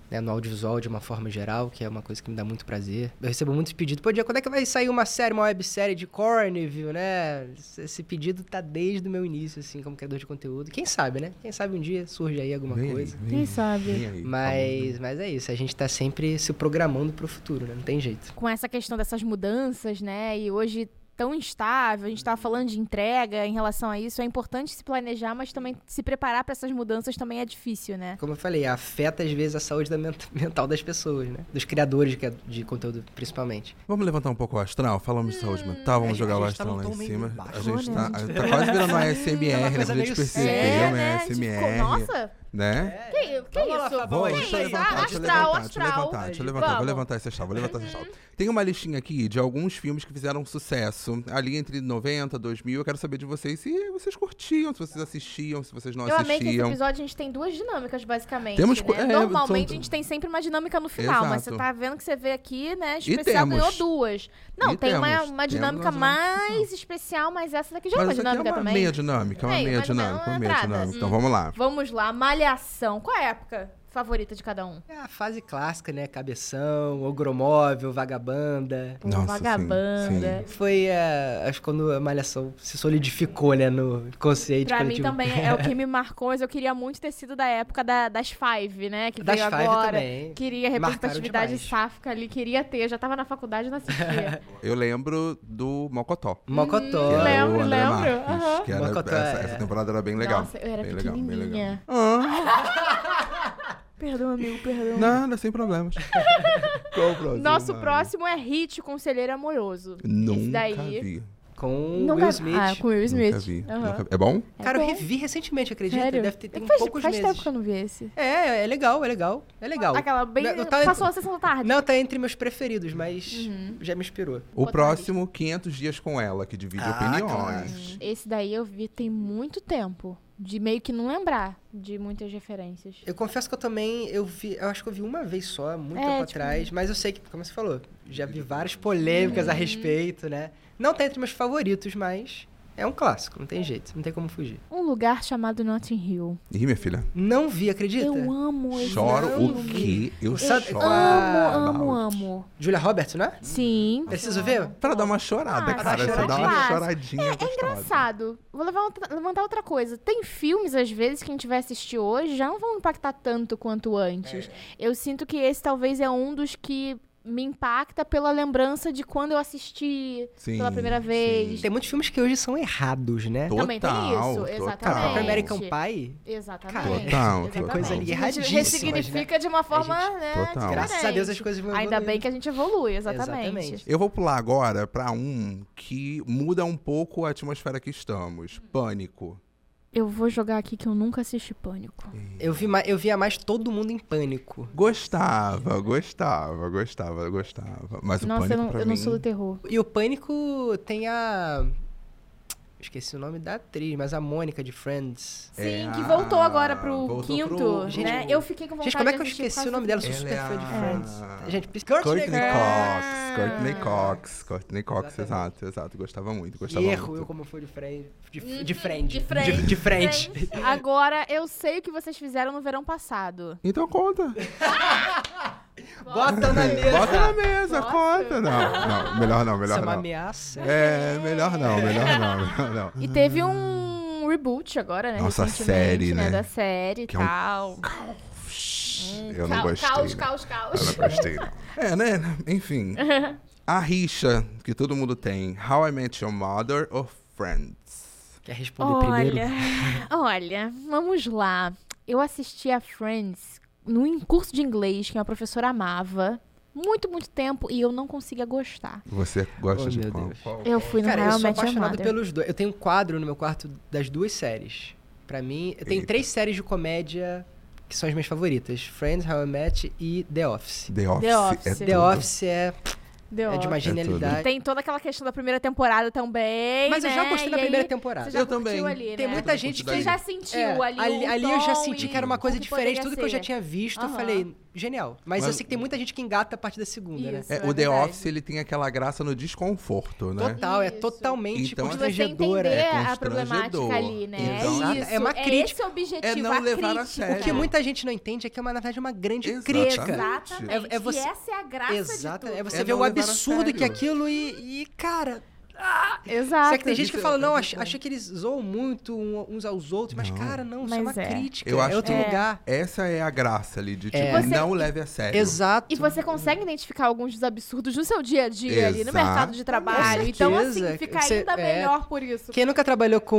Speaker 4: né? No audiovisual de uma forma geral, que é uma coisa que me dá muito prazer. Eu recebo muitos pedidos. Pô, Diego, quando é que vai sair uma série, uma websérie de Cornville, né? Esse- Esse pedido tá desde o meu início, assim, como criador de conteúdo. Quem sabe, né? Quem sabe um dia surge aí alguma
Speaker 2: Vem aí, tá né?
Speaker 4: coisa.
Speaker 2: vem
Speaker 1: Quem
Speaker 2: aí,
Speaker 1: sabe?
Speaker 2: vem aí,
Speaker 4: Mas, mas é isso, a gente tá sempre se programando pro futuro, né? Não tem jeito.
Speaker 1: Com essa questão dessas mudanças, né? E hoje tão instável, a gente tava falando de entrega em relação a isso, é importante se planejar, mas também se preparar para essas mudanças também é difícil, né?
Speaker 4: Como eu falei, afeta às vezes a saúde da ment- mental das pessoas, né? Dos criadores de, de conteúdo, principalmente.
Speaker 2: Vamos levantar um pouco o astral? Falamos de
Speaker 1: Hum,
Speaker 2: saúde mental,
Speaker 1: é,
Speaker 2: vamos
Speaker 4: a
Speaker 2: jogar
Speaker 4: gente
Speaker 2: o
Speaker 4: tá
Speaker 2: astral
Speaker 4: num
Speaker 2: lá
Speaker 1: um
Speaker 4: tom
Speaker 2: em
Speaker 4: meio
Speaker 2: cima.
Speaker 4: baixo,
Speaker 2: A gente
Speaker 1: né? É.
Speaker 2: tá, tá quase virando uma
Speaker 4: Uma
Speaker 2: SMR, né?
Speaker 4: coisa
Speaker 2: Pra
Speaker 4: meio
Speaker 2: gente perceber,
Speaker 4: séria,
Speaker 2: é, né?
Speaker 1: Tipo,
Speaker 2: SMR,
Speaker 1: nossa,
Speaker 2: né?
Speaker 1: que, que isso?
Speaker 4: Fabão,
Speaker 2: Vou,
Speaker 4: é
Speaker 2: deixa eu
Speaker 4: isso aí.
Speaker 1: Ah,
Speaker 2: levantar, deixa eu
Speaker 1: astral, astral.
Speaker 2: levantar, Deixa eu levantar, deixa eu levantar, vou
Speaker 1: Vamos.
Speaker 2: levantar esse astral, vou levantar esse astral. Tem uma listinha aqui de alguns filmes que fizeram sucesso, ali entre 90 2000. Eu quero saber de vocês se vocês curtiam, se vocês assistiam, se vocês não
Speaker 1: Eu amei que um esse
Speaker 2: assistiam.
Speaker 1: episódio a gente tem duas dinâmicas, basicamente.
Speaker 2: Temos co-
Speaker 1: né?
Speaker 2: é,
Speaker 1: Normalmente
Speaker 2: são-
Speaker 1: a gente tem sempre uma dinâmica no final, mas
Speaker 2: Exato.
Speaker 1: você tá vendo que você vê aqui, né? Especial
Speaker 2: temos.
Speaker 1: ganhou duas. Não,
Speaker 2: E
Speaker 1: tem uma,
Speaker 2: temos.
Speaker 1: uma
Speaker 2: Temos
Speaker 1: dinâmica
Speaker 2: uma dinâmica
Speaker 1: mais especial, mas essa daqui já é uma
Speaker 2: isso aqui
Speaker 1: dinâmica
Speaker 2: é uma
Speaker 1: também.
Speaker 2: meia dinâmica, é uma
Speaker 1: É,
Speaker 2: meia
Speaker 1: mas não é
Speaker 2: dinâmica, uma
Speaker 1: uma
Speaker 2: meia
Speaker 1: entrada.
Speaker 2: dinâmica. Então vamos lá.
Speaker 1: Vamos lá, malhação. Qual é a época favorita de cada um?
Speaker 4: É a fase clássica, né? Cabeção, ogromóvel, vagabanda.
Speaker 1: Pô,
Speaker 2: Nossa, sim,
Speaker 1: vagabanda.
Speaker 4: Foi, é, acho que quando a Malhação se solidificou, né? No consciente
Speaker 1: Pra mim
Speaker 4: coletivo.
Speaker 1: também é o que me marcou, mas eu queria muito ter sido da época da- das Five, né? Que
Speaker 4: Das
Speaker 1: veio
Speaker 4: Five
Speaker 1: agora.
Speaker 4: também.
Speaker 1: Queria
Speaker 4: Marcaram
Speaker 1: representatividade
Speaker 4: demais.
Speaker 1: sáfica ali, queria ter. Já tava na faculdade e não assistia.
Speaker 2: Eu lembro do Mocotó.
Speaker 4: Mocotó.
Speaker 2: que era o
Speaker 1: Lembro,
Speaker 2: André
Speaker 1: lembro,
Speaker 2: Marques,
Speaker 1: aham.
Speaker 2: que era-
Speaker 4: Mocotó,
Speaker 2: essa,
Speaker 4: é.
Speaker 2: essa temporada era bem legal.
Speaker 1: Nossa, eu era
Speaker 2: bem legal, bem legal.
Speaker 1: pequenininha. Perdão, amigo, perdão.
Speaker 2: Ah, Nada, sem problemas. Qual o próximo?
Speaker 1: Nosso
Speaker 2: Mari?
Speaker 1: próximo é Hit, Conselheiro Amoroso. Esse
Speaker 2: Nunca
Speaker 1: daí.
Speaker 2: vi.
Speaker 4: Com
Speaker 1: Nunca-
Speaker 4: Will Smith.
Speaker 1: Ah, com Will Smith.
Speaker 2: Nunca vi.
Speaker 1: Aham.
Speaker 2: nunca vi. É bom?
Speaker 1: É
Speaker 4: Cara, eu
Speaker 1: bom.
Speaker 4: revi recentemente, acredita?
Speaker 1: Sério?
Speaker 4: Deve ter tem
Speaker 1: faz
Speaker 4: poucos
Speaker 1: faz
Speaker 4: meses.
Speaker 1: tempo que eu não vi esse.
Speaker 4: É, é legal, é legal. É legal.
Speaker 1: Aquela bem.
Speaker 4: Não, tá-
Speaker 1: Passou a sessão da tarde.
Speaker 4: Não, tá entre meus preferidos, mas
Speaker 1: Uhum.
Speaker 4: já me inspirou.
Speaker 2: O
Speaker 1: Bota na
Speaker 2: próximo, 500 dias com ela, que divide
Speaker 4: Ah,
Speaker 2: opiniões.
Speaker 1: Esse daí eu vi tem muito tempo. De meio que não lembrar de muitas referências.
Speaker 4: Eu confesso que eu também, eu vi, eu acho que eu vi uma vez só, muito
Speaker 1: É,
Speaker 4: tempo
Speaker 1: tipo- Uhum.
Speaker 4: atrás, mas eu sei que, como você falou, já vi várias polêmicas a respeito, né? Não tá entre meus favoritos, mas é um clássico, não tem jeito, não tem como fugir.
Speaker 1: Um lugar chamado Notting Hill.
Speaker 2: Ih, minha filha.
Speaker 4: Não vi, acredita?
Speaker 1: Eu amo esse
Speaker 2: Choro o
Speaker 1: filme.
Speaker 2: quê? Eu
Speaker 4: O Sad-
Speaker 2: choro.
Speaker 1: Amo, amo,
Speaker 2: balde.
Speaker 1: amo.
Speaker 4: Julia Roberts, né?
Speaker 1: Sim.
Speaker 4: Preciso ver?
Speaker 2: Pra dar uma chorada,
Speaker 1: Ah,
Speaker 2: cara.
Speaker 4: dá uma
Speaker 2: Você dá
Speaker 1: choradinha.
Speaker 2: uma choradinha. É,
Speaker 1: Engraçado. Vou levar outra- levantar outra coisa. Tem filmes, às vezes, que a gente vai assistir hoje já não vão impactar tanto quanto
Speaker 2: É.
Speaker 1: antes. Eu sinto que esse talvez é um dos que me impacta pela lembrança de quando eu assisti
Speaker 2: Sim,
Speaker 1: pela primeira
Speaker 2: sim.
Speaker 1: vez.
Speaker 4: Tem muitos filmes que hoje são errados, né?
Speaker 2: Total,
Speaker 1: Também tem isso,
Speaker 2: total.
Speaker 4: O
Speaker 1: exatamente.
Speaker 4: próprio American Pie,
Speaker 1: Exatamente.
Speaker 2: Total, total.
Speaker 1: Exatamente.
Speaker 2: Coisa
Speaker 4: ali
Speaker 1: A gente
Speaker 4: erradíssima,
Speaker 1: ressignifica de uma forma, né?
Speaker 2: total.
Speaker 4: graças a
Speaker 1: diferente.
Speaker 4: Deus as coisas vão
Speaker 1: Ainda bem que a gente evolui, exatamente.
Speaker 4: Exatamente.
Speaker 2: Eu vou pular agora pra um que muda um pouco a atmosfera que estamos. Pânico.
Speaker 1: Eu vou jogar aqui que eu nunca assisti Pânico.
Speaker 4: Eu vi, ma- eu via mais Todo Mundo em Pânico.
Speaker 2: Gostava, gostava, gostava, gostava. Mas o
Speaker 1: Nossa, eu
Speaker 2: pânico
Speaker 1: não,
Speaker 2: pra
Speaker 1: eu
Speaker 2: mim...
Speaker 1: não sou do terror.
Speaker 4: E o Pânico tem a... Esqueci o nome da atriz, mas a Mônica de Friends.
Speaker 2: É
Speaker 1: Sim,
Speaker 2: a-
Speaker 1: que voltou agora pro
Speaker 2: voltou
Speaker 1: quinto,
Speaker 2: pro-
Speaker 1: né?
Speaker 4: Gente,
Speaker 1: eu fiquei com vontade
Speaker 4: Gente, como é
Speaker 1: de
Speaker 4: que eu
Speaker 1: assistir por
Speaker 4: esqueci
Speaker 1: causa
Speaker 4: o nome dela? Eu
Speaker 1: disso.
Speaker 4: sou
Speaker 2: disso.
Speaker 4: super
Speaker 2: Ela
Speaker 4: fã de
Speaker 2: é
Speaker 4: Friends.
Speaker 2: a-
Speaker 4: Gente, Courtney
Speaker 2: Courtney
Speaker 4: Cox.
Speaker 2: Cox, Courtney Cox, Courtney Cox,
Speaker 4: Exatamente.
Speaker 2: exato, exato. Gostava muito,
Speaker 4: E
Speaker 2: gostava
Speaker 4: erro eu
Speaker 2: muito.
Speaker 4: como fui de frente. De, de frente.
Speaker 1: de frente.
Speaker 4: De, de frente.
Speaker 1: Agora, eu sei o que vocês fizeram no verão passado.
Speaker 2: Então conta.
Speaker 4: Bota na mesa.
Speaker 2: Bota na mesa, conta. Não, não, melhor não,
Speaker 4: Isso é
Speaker 2: melhor
Speaker 4: uma
Speaker 2: não.
Speaker 4: ameaça.
Speaker 2: É, melhor não, melhor não, melhor não.
Speaker 1: E teve um reboot agora, né?
Speaker 2: Nossa, a
Speaker 1: recentemente,
Speaker 2: série, né?
Speaker 1: Da série e
Speaker 2: Que é um
Speaker 1: tal.
Speaker 2: Eu não
Speaker 1: Cau-
Speaker 2: gostei. né?
Speaker 1: Caos, caos,
Speaker 2: não. Eu não
Speaker 1: caos.
Speaker 2: gostei, não. É, né? Enfim. A rixa que todo mundo tem. How I Met Your Mother ou Friends?
Speaker 4: Quer responder
Speaker 1: Olha,
Speaker 4: primeiro?
Speaker 1: olha, vamos lá. Eu assisti a Friends num curso de inglês que uma professora amava. muito, muito tempo e eu não conseguia gostar.
Speaker 2: Você gosta
Speaker 4: Oh,
Speaker 2: de
Speaker 4: meu
Speaker 2: qual?
Speaker 4: Deus.
Speaker 2: Qual-
Speaker 1: Eu fui no
Speaker 4: Cara, eu
Speaker 1: Real
Speaker 4: sou
Speaker 1: Match
Speaker 4: apaixonado
Speaker 1: Mother.
Speaker 4: pelos dois. Eu tenho um quadro no meu quarto das duas séries. Pra mim, eu tenho
Speaker 2: Eita.
Speaker 4: três séries de comédia que são as minhas favoritas: Friends, How I Met e The Office.
Speaker 2: The Office.
Speaker 1: The Office.
Speaker 2: é
Speaker 1: The
Speaker 4: The
Speaker 2: tudo.
Speaker 4: Office é,
Speaker 1: The
Speaker 4: é de
Speaker 1: Office.
Speaker 4: uma
Speaker 1: E
Speaker 4: genialidade.
Speaker 1: Tem toda aquela questão da primeira temporada também.
Speaker 4: Mas eu já
Speaker 1: né?
Speaker 4: gostei da
Speaker 1: E aí,
Speaker 4: primeira temporada.
Speaker 1: Você já
Speaker 2: Eu
Speaker 1: curtiu
Speaker 2: também.
Speaker 1: ali,
Speaker 4: Tem
Speaker 1: né?
Speaker 4: muita gente
Speaker 2: daí.
Speaker 1: Você
Speaker 4: que
Speaker 1: já sentiu
Speaker 4: É,
Speaker 1: ali. o
Speaker 4: ali eu já
Speaker 1: tom
Speaker 4: senti
Speaker 1: e
Speaker 4: que é era uma
Speaker 1: o
Speaker 4: coisa
Speaker 1: que
Speaker 4: diferente.
Speaker 1: poderia
Speaker 4: Tudo que eu já
Speaker 1: ser.
Speaker 4: tinha visto, eu
Speaker 1: Aham.
Speaker 4: falei, genial. Mas, eu
Speaker 2: Mas-
Speaker 4: sei que tem muita gente que engata a partir da segunda, né?
Speaker 1: Isso,
Speaker 2: É,
Speaker 1: é
Speaker 2: o The
Speaker 1: verdade.
Speaker 2: Office, ele tem aquela graça no desconforto, né?
Speaker 4: Total, é
Speaker 1: Isso.
Speaker 4: totalmente
Speaker 2: Então,
Speaker 1: De você
Speaker 4: constrangedora.
Speaker 1: entender
Speaker 2: É
Speaker 1: a problemática ali, né?
Speaker 2: Então,
Speaker 1: é isso.
Speaker 4: é uma
Speaker 1: É esse
Speaker 4: crítica.
Speaker 1: o objetivo,
Speaker 2: É não
Speaker 1: a
Speaker 2: levar a
Speaker 1: crítica.
Speaker 2: sério.
Speaker 4: O que muita gente não entende é que é, uma, na verdade, uma grande
Speaker 2: Exatamente.
Speaker 4: crítica.
Speaker 1: Exatamente.
Speaker 4: É- é você-
Speaker 1: E essa é a graça
Speaker 4: Exato. É
Speaker 1: de tudo.
Speaker 4: você
Speaker 2: É
Speaker 4: ver
Speaker 2: não
Speaker 4: o
Speaker 2: levar a
Speaker 4: absurdo que é
Speaker 2: sério.
Speaker 4: aquilo e, e, cara...
Speaker 1: Exato.
Speaker 4: Só que tem gente que
Speaker 2: Isso
Speaker 4: fala,
Speaker 2: é-
Speaker 4: não, ach- achei que eles zoam muito um- uns aos outros. Mas,
Speaker 2: Não.
Speaker 4: cara, não, isso é
Speaker 1: Mas
Speaker 4: uma
Speaker 1: é.
Speaker 4: crítica.
Speaker 2: Eu acho
Speaker 4: é outro
Speaker 2: que-
Speaker 4: lugar.
Speaker 2: Essa é a graça ali, de tipo,
Speaker 4: É.
Speaker 1: Você-
Speaker 2: não leve a sério.
Speaker 4: Exato.
Speaker 1: E você consegue identificar alguns dos absurdos no seu dia a dia ali, no
Speaker 2: Exato.
Speaker 1: mercado de trabalho.
Speaker 4: Com
Speaker 1: Então, assim,
Speaker 4: certeza.
Speaker 1: fica
Speaker 4: Você-
Speaker 1: ainda
Speaker 4: é.
Speaker 1: melhor por isso.
Speaker 4: Quem nunca trabalhou com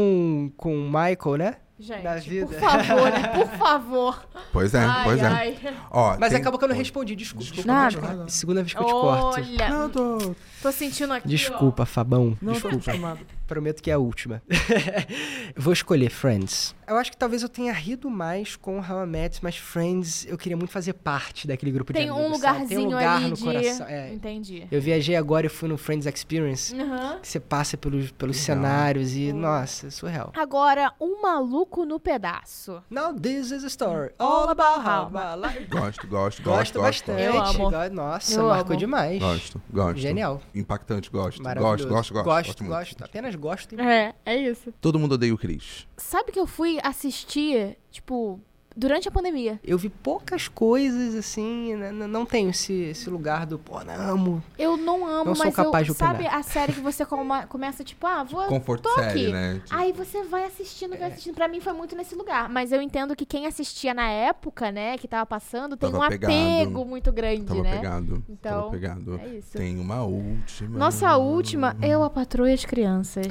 Speaker 4: com o Michael, né?
Speaker 1: Gente,
Speaker 4: Na vida.
Speaker 1: por favor, né? Por favor.
Speaker 2: Pois é,
Speaker 1: ai,
Speaker 2: pois é.
Speaker 1: ai.
Speaker 2: Ó,
Speaker 4: Mas
Speaker 2: tem-
Speaker 4: acabou que eu não respondi, desculpa. desculpa,
Speaker 1: Nada.
Speaker 4: desculpa.
Speaker 2: Nada.
Speaker 4: Segunda vez que eu te corto.
Speaker 1: Olha,
Speaker 2: Não, tô...
Speaker 1: tô sentindo aqui, ó.
Speaker 4: Desculpa, Fabão.
Speaker 2: Não, tô
Speaker 4: Desculpa.
Speaker 2: acostumado.
Speaker 4: Prometo que é a última. Vou escolher Friends. Eu acho que talvez eu tenha rido mais com How I Met, mas Friends eu queria muito fazer parte daquele grupo de
Speaker 1: Tem
Speaker 4: amigos.
Speaker 1: um
Speaker 4: sabe?
Speaker 1: lugarzinho
Speaker 4: Tem um lugar
Speaker 1: ali
Speaker 4: no
Speaker 1: de... Hum.
Speaker 4: coração. é.
Speaker 1: Entendi.
Speaker 4: Eu viajei agora e fui no Friends Experience.
Speaker 1: Aham.
Speaker 4: Que você passa pelos, pelos
Speaker 2: Legal.
Speaker 4: cenários
Speaker 1: Hum.
Speaker 4: e, nossa, é surreal.
Speaker 1: Agora, um maluco no pedaço.
Speaker 4: Now this is a story all about how my life...
Speaker 2: Gosto, gosto, gosto,
Speaker 4: Gosto
Speaker 2: gosto.
Speaker 4: bastante.
Speaker 1: Eu amo.
Speaker 4: Go- Nossa,
Speaker 1: Eu
Speaker 4: marcou
Speaker 1: amo.
Speaker 4: demais.
Speaker 2: Gosto, gosto.
Speaker 4: Genial.
Speaker 2: Impactante, gosto.
Speaker 4: Maravilhoso.
Speaker 2: Gosto, gosto, gosto.
Speaker 4: Gosto,
Speaker 2: muito.
Speaker 4: gosto. Apenas gosto. e-
Speaker 1: É, é isso.
Speaker 2: Todo mundo odeia o Chris.
Speaker 1: Sabe que eu fui assistir, tipo, durante a pandemia.
Speaker 4: Eu vi poucas coisas assim, né? N- não tenho esse, esse lugar do, pô, não amo.
Speaker 1: Eu não amo,
Speaker 4: Não sou
Speaker 1: mas
Speaker 4: capaz de
Speaker 1: eu...
Speaker 4: opinar.
Speaker 1: Sabe a série que você coma- começa, tipo, ah, vou...
Speaker 2: Comfort
Speaker 1: tô
Speaker 2: série,
Speaker 1: aqui. Ah,
Speaker 2: né? Tipo,
Speaker 1: Aí você vai assistindo, vai assistindo. Pra mim foi muito nesse lugar. Mas eu entendo que quem assistia na época, né, que tava passando, tem
Speaker 2: Tava
Speaker 1: um
Speaker 2: pegado.
Speaker 1: apego muito grande,
Speaker 2: tava
Speaker 1: né?
Speaker 2: pegado.
Speaker 1: Então,
Speaker 2: tava pegado.
Speaker 1: É isso.
Speaker 2: Tem uma última.
Speaker 1: Nossa última, eu, a patroa e as crianças.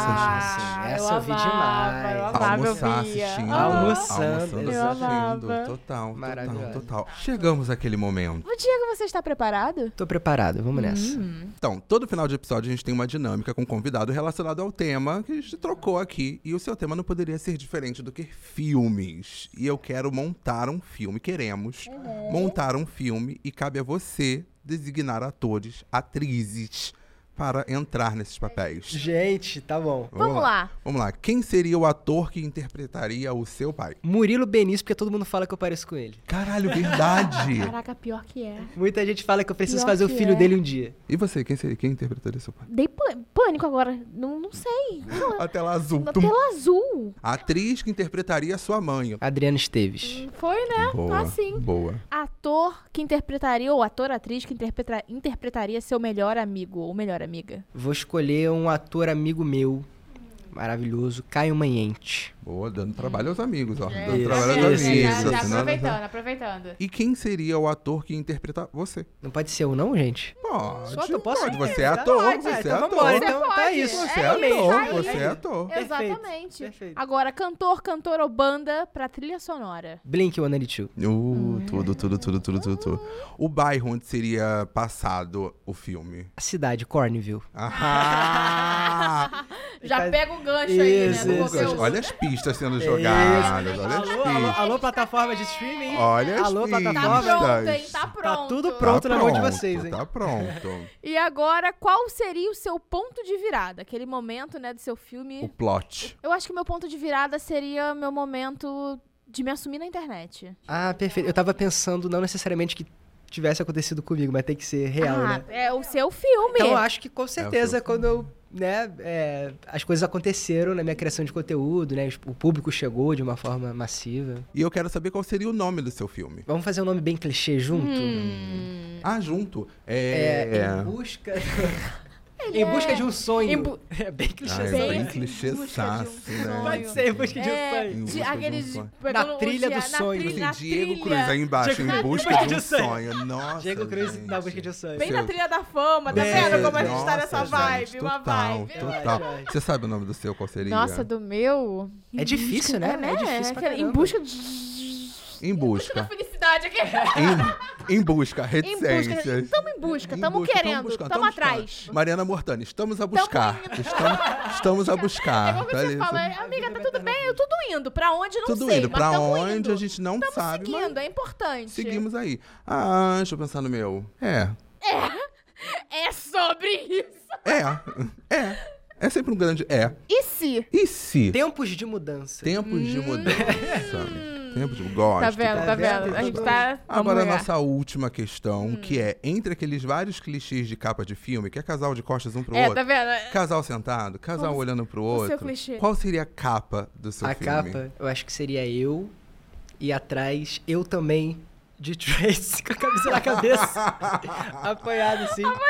Speaker 4: Ah,
Speaker 1: Ah,
Speaker 4: sim, sim.
Speaker 1: eu
Speaker 4: Essa eu vi
Speaker 1: amava,
Speaker 4: demais.
Speaker 1: eu amava, eu
Speaker 2: Almoçar
Speaker 1: via.
Speaker 2: assistindo.
Speaker 1: Ah.
Speaker 4: Almoçando,
Speaker 1: eu amava.
Speaker 2: assistindo. Total,
Speaker 4: Maravilhoso.
Speaker 2: total, total. Chegamos àquele momento.
Speaker 1: Ô, Diego, você está preparado?
Speaker 4: Tô preparado, vamos nessa.
Speaker 1: Hum.
Speaker 2: Então, todo final de episódio a gente tem uma dinâmica com um convidado relacionado ao tema que a gente trocou aqui. E o seu tema não poderia ser diferente do que filmes. E eu quero montar um filme, queremos montar um filme. E cabe a você designar atores, atrizes, para entrar nesses papéis.
Speaker 4: Gente, tá bom.
Speaker 1: Vamos, lá.
Speaker 2: Vamos lá. Quem seria o ator que interpretaria o seu pai?
Speaker 4: Murilo Benício, porque todo mundo fala que eu pareço com ele.
Speaker 2: Caralho, verdade!
Speaker 1: Caraca, pior que é.
Speaker 4: Muita gente fala que eu preciso
Speaker 1: Pior
Speaker 4: fazer o
Speaker 1: que
Speaker 4: filho
Speaker 1: é.
Speaker 4: dele um dia.
Speaker 2: e você, quem seria? Quem interpretaria seu pai?
Speaker 1: Dei pâ- pânico agora. Não, não sei.
Speaker 2: A tela azul.
Speaker 1: Na
Speaker 2: Tum.
Speaker 1: tela azul.
Speaker 2: A atriz que interpretaria sua mãe.
Speaker 4: Adriana Esteves.
Speaker 1: Foi, né?
Speaker 2: Boa,
Speaker 1: assim.
Speaker 2: boa.
Speaker 1: Ator que interpretaria, ou ator, atriz que interpreta- interpretaria seu melhor amigo ou melhor amiga.
Speaker 4: Vou escolher um ator amigo meu, maravilhoso, Caio Manhente.
Speaker 2: Boa, dando trabalho aos amigos, ó.
Speaker 1: É,
Speaker 2: dando
Speaker 4: tá
Speaker 2: trabalho
Speaker 4: vendo?
Speaker 2: aos
Speaker 4: Já-
Speaker 2: amigos.
Speaker 4: já
Speaker 2: assim, nada-
Speaker 1: aproveitando.
Speaker 2: E quem seria o ator que interpreta você?
Speaker 4: Não pode ser eu não, gente?
Speaker 2: Pode,
Speaker 4: Só que eu posso
Speaker 2: pode.
Speaker 4: dizer,
Speaker 2: Você é
Speaker 4: tá?
Speaker 2: ator,
Speaker 4: Pode,
Speaker 2: você
Speaker 4: ah,
Speaker 2: é
Speaker 4: então
Speaker 2: ator.
Speaker 4: vambora, então
Speaker 1: Você
Speaker 4: tá
Speaker 1: pode,
Speaker 4: isso.
Speaker 2: Você é,
Speaker 1: É isso aí.
Speaker 2: ator, você é ator.
Speaker 1: Exatamente.
Speaker 4: Perfeito.
Speaker 1: Agora, cantor, cantora ou banda pra trilha sonora.
Speaker 4: Blink 182.
Speaker 2: Uh, tudo, tudo, tudo, tudo, tudo, tudo. O bairro onde seria passado o filme.
Speaker 4: A cidade, Cornville.
Speaker 2: Ah!
Speaker 1: Já
Speaker 4: Faz-
Speaker 1: pega o gancho
Speaker 4: Isso,
Speaker 1: aí, né? do
Speaker 4: isso.
Speaker 1: conteúdo.
Speaker 2: olha as pistas sendo
Speaker 4: Isso.
Speaker 2: jogadas, olha as
Speaker 4: Alô, alô,
Speaker 2: pistas.
Speaker 4: alô, plataforma de streaming.
Speaker 2: Olha as
Speaker 4: Alô,
Speaker 2: pistas.
Speaker 1: Tá
Speaker 4: plataforma.
Speaker 1: pronto, hein? Tá pronto.
Speaker 4: tudo
Speaker 2: Tá
Speaker 4: Pronto na mão de vocês, hein?
Speaker 2: Tá pronto.
Speaker 1: E agora, qual seria o seu ponto de virada? Aquele momento, né, do seu
Speaker 2: O
Speaker 1: filme.
Speaker 2: plot.
Speaker 1: Eu acho que meu ponto de virada seria meu momento de me assumir na internet.
Speaker 4: Ah, perfeito. Eu tava pensando, não necessariamente que tivesse acontecido comigo, mas tem que ser real,
Speaker 1: ah,
Speaker 4: né?
Speaker 1: é o seu filme.
Speaker 4: Então eu acho que com certeza
Speaker 2: É seu
Speaker 4: quando eu, né, é, as coisas aconteceram na minha criação de conteúdo, né? O público chegou de uma forma massiva.
Speaker 2: E eu quero saber qual seria o nome do seu filme.
Speaker 4: Vamos fazer um nome bem clichê
Speaker 1: Hum.
Speaker 4: junto?
Speaker 2: Ah, junto.
Speaker 4: É,
Speaker 2: É.
Speaker 4: Em busca. em busca de um sonho.
Speaker 1: é Em bu-
Speaker 4: É bem
Speaker 2: Ah,
Speaker 4: clichê.
Speaker 2: é
Speaker 1: Bem
Speaker 2: bem
Speaker 1: assim,
Speaker 2: clichê
Speaker 1: busca de um
Speaker 2: né?
Speaker 1: sonho.
Speaker 4: Pode ser, em busca de um
Speaker 1: É,
Speaker 4: sonho.
Speaker 2: Em
Speaker 1: de,
Speaker 2: busca de um
Speaker 1: aqueles,
Speaker 2: sonho.
Speaker 1: pegando
Speaker 4: Na
Speaker 1: o
Speaker 4: trilha
Speaker 1: dia-
Speaker 4: do
Speaker 1: na
Speaker 4: sonho.
Speaker 1: trilha,
Speaker 2: Assim,
Speaker 1: na
Speaker 2: Diego
Speaker 1: trilha.
Speaker 2: Cruz aí embaixo,
Speaker 1: Na
Speaker 2: em busca
Speaker 4: trilha
Speaker 2: de
Speaker 4: do
Speaker 2: um
Speaker 4: sonho.
Speaker 2: sonho. Nossa.
Speaker 4: Diego Cruz
Speaker 2: gente.
Speaker 4: na busca de um sonho.
Speaker 1: Bem
Speaker 2: Seu-
Speaker 1: na trilha da fama, tá
Speaker 4: Bem-
Speaker 1: vendo como a gente tá
Speaker 2: Nossa,
Speaker 1: nessa
Speaker 2: gente,
Speaker 1: vibe? uma
Speaker 2: total,
Speaker 1: vibe.
Speaker 2: Total.
Speaker 4: Eu acho.
Speaker 2: Você sabe o nome do seu, qual seria?
Speaker 1: Nossa, do meu.
Speaker 4: É difícil, né?
Speaker 1: É, né?
Speaker 4: É difícil pra
Speaker 1: Aquela- em
Speaker 4: caramba.
Speaker 1: busca de.
Speaker 2: Em busca.
Speaker 1: felicidade. Illuminati aqui.
Speaker 2: Em, em busca,
Speaker 1: Em busca.
Speaker 2: reticências.
Speaker 1: Estamos em busca,
Speaker 2: Em
Speaker 1: estamos
Speaker 2: busca, tamo
Speaker 1: querendo,
Speaker 2: buscando,
Speaker 1: estamos
Speaker 2: tamo buscando.
Speaker 1: atrás.
Speaker 2: Mariana Mortani, estamos a buscar. Estamos, estamos a
Speaker 1: É
Speaker 2: buscar.
Speaker 1: como
Speaker 2: tá
Speaker 1: você
Speaker 2: ali,
Speaker 1: fala, amiga, tá tudo bem? Eu tudo indo. Pra onde, não
Speaker 2: tudo
Speaker 1: sei.
Speaker 2: indo.
Speaker 1: mas
Speaker 2: Pra
Speaker 1: tamo
Speaker 2: onde
Speaker 1: indo.
Speaker 2: a gente não
Speaker 1: Tamo
Speaker 2: sabe.
Speaker 1: seguindo, é importante.
Speaker 2: Mas seguimos aí. Ah, deixa eu pensar no meu. É.
Speaker 1: É sobre isso.
Speaker 2: É. É. É sempre um grande é.
Speaker 1: E se?
Speaker 2: E se?
Speaker 4: Tempos de mudança.
Speaker 2: Tempos de mudança. Tempos de um gosto.
Speaker 1: Hum. Tá vendo, tá
Speaker 4: tá
Speaker 1: vendo?
Speaker 4: vendo?
Speaker 1: A gente tá. vamos Hum.
Speaker 2: Agora a
Speaker 1: olhar.
Speaker 2: nossa última questão, que é entre aqueles vários clichês de capa de filme, que é casal de costas um pro
Speaker 1: É, tá
Speaker 2: outro.
Speaker 1: vendo?
Speaker 2: Casal sentado, casal olhando pro
Speaker 1: o seu
Speaker 2: outro.
Speaker 1: clichê?
Speaker 2: Qual seria a capa do seu
Speaker 4: a
Speaker 2: filme?
Speaker 4: capa, eu acho que seria eu e atrás eu também de Trace com a camisa na cabeça. Apoiado assim.
Speaker 1: Tá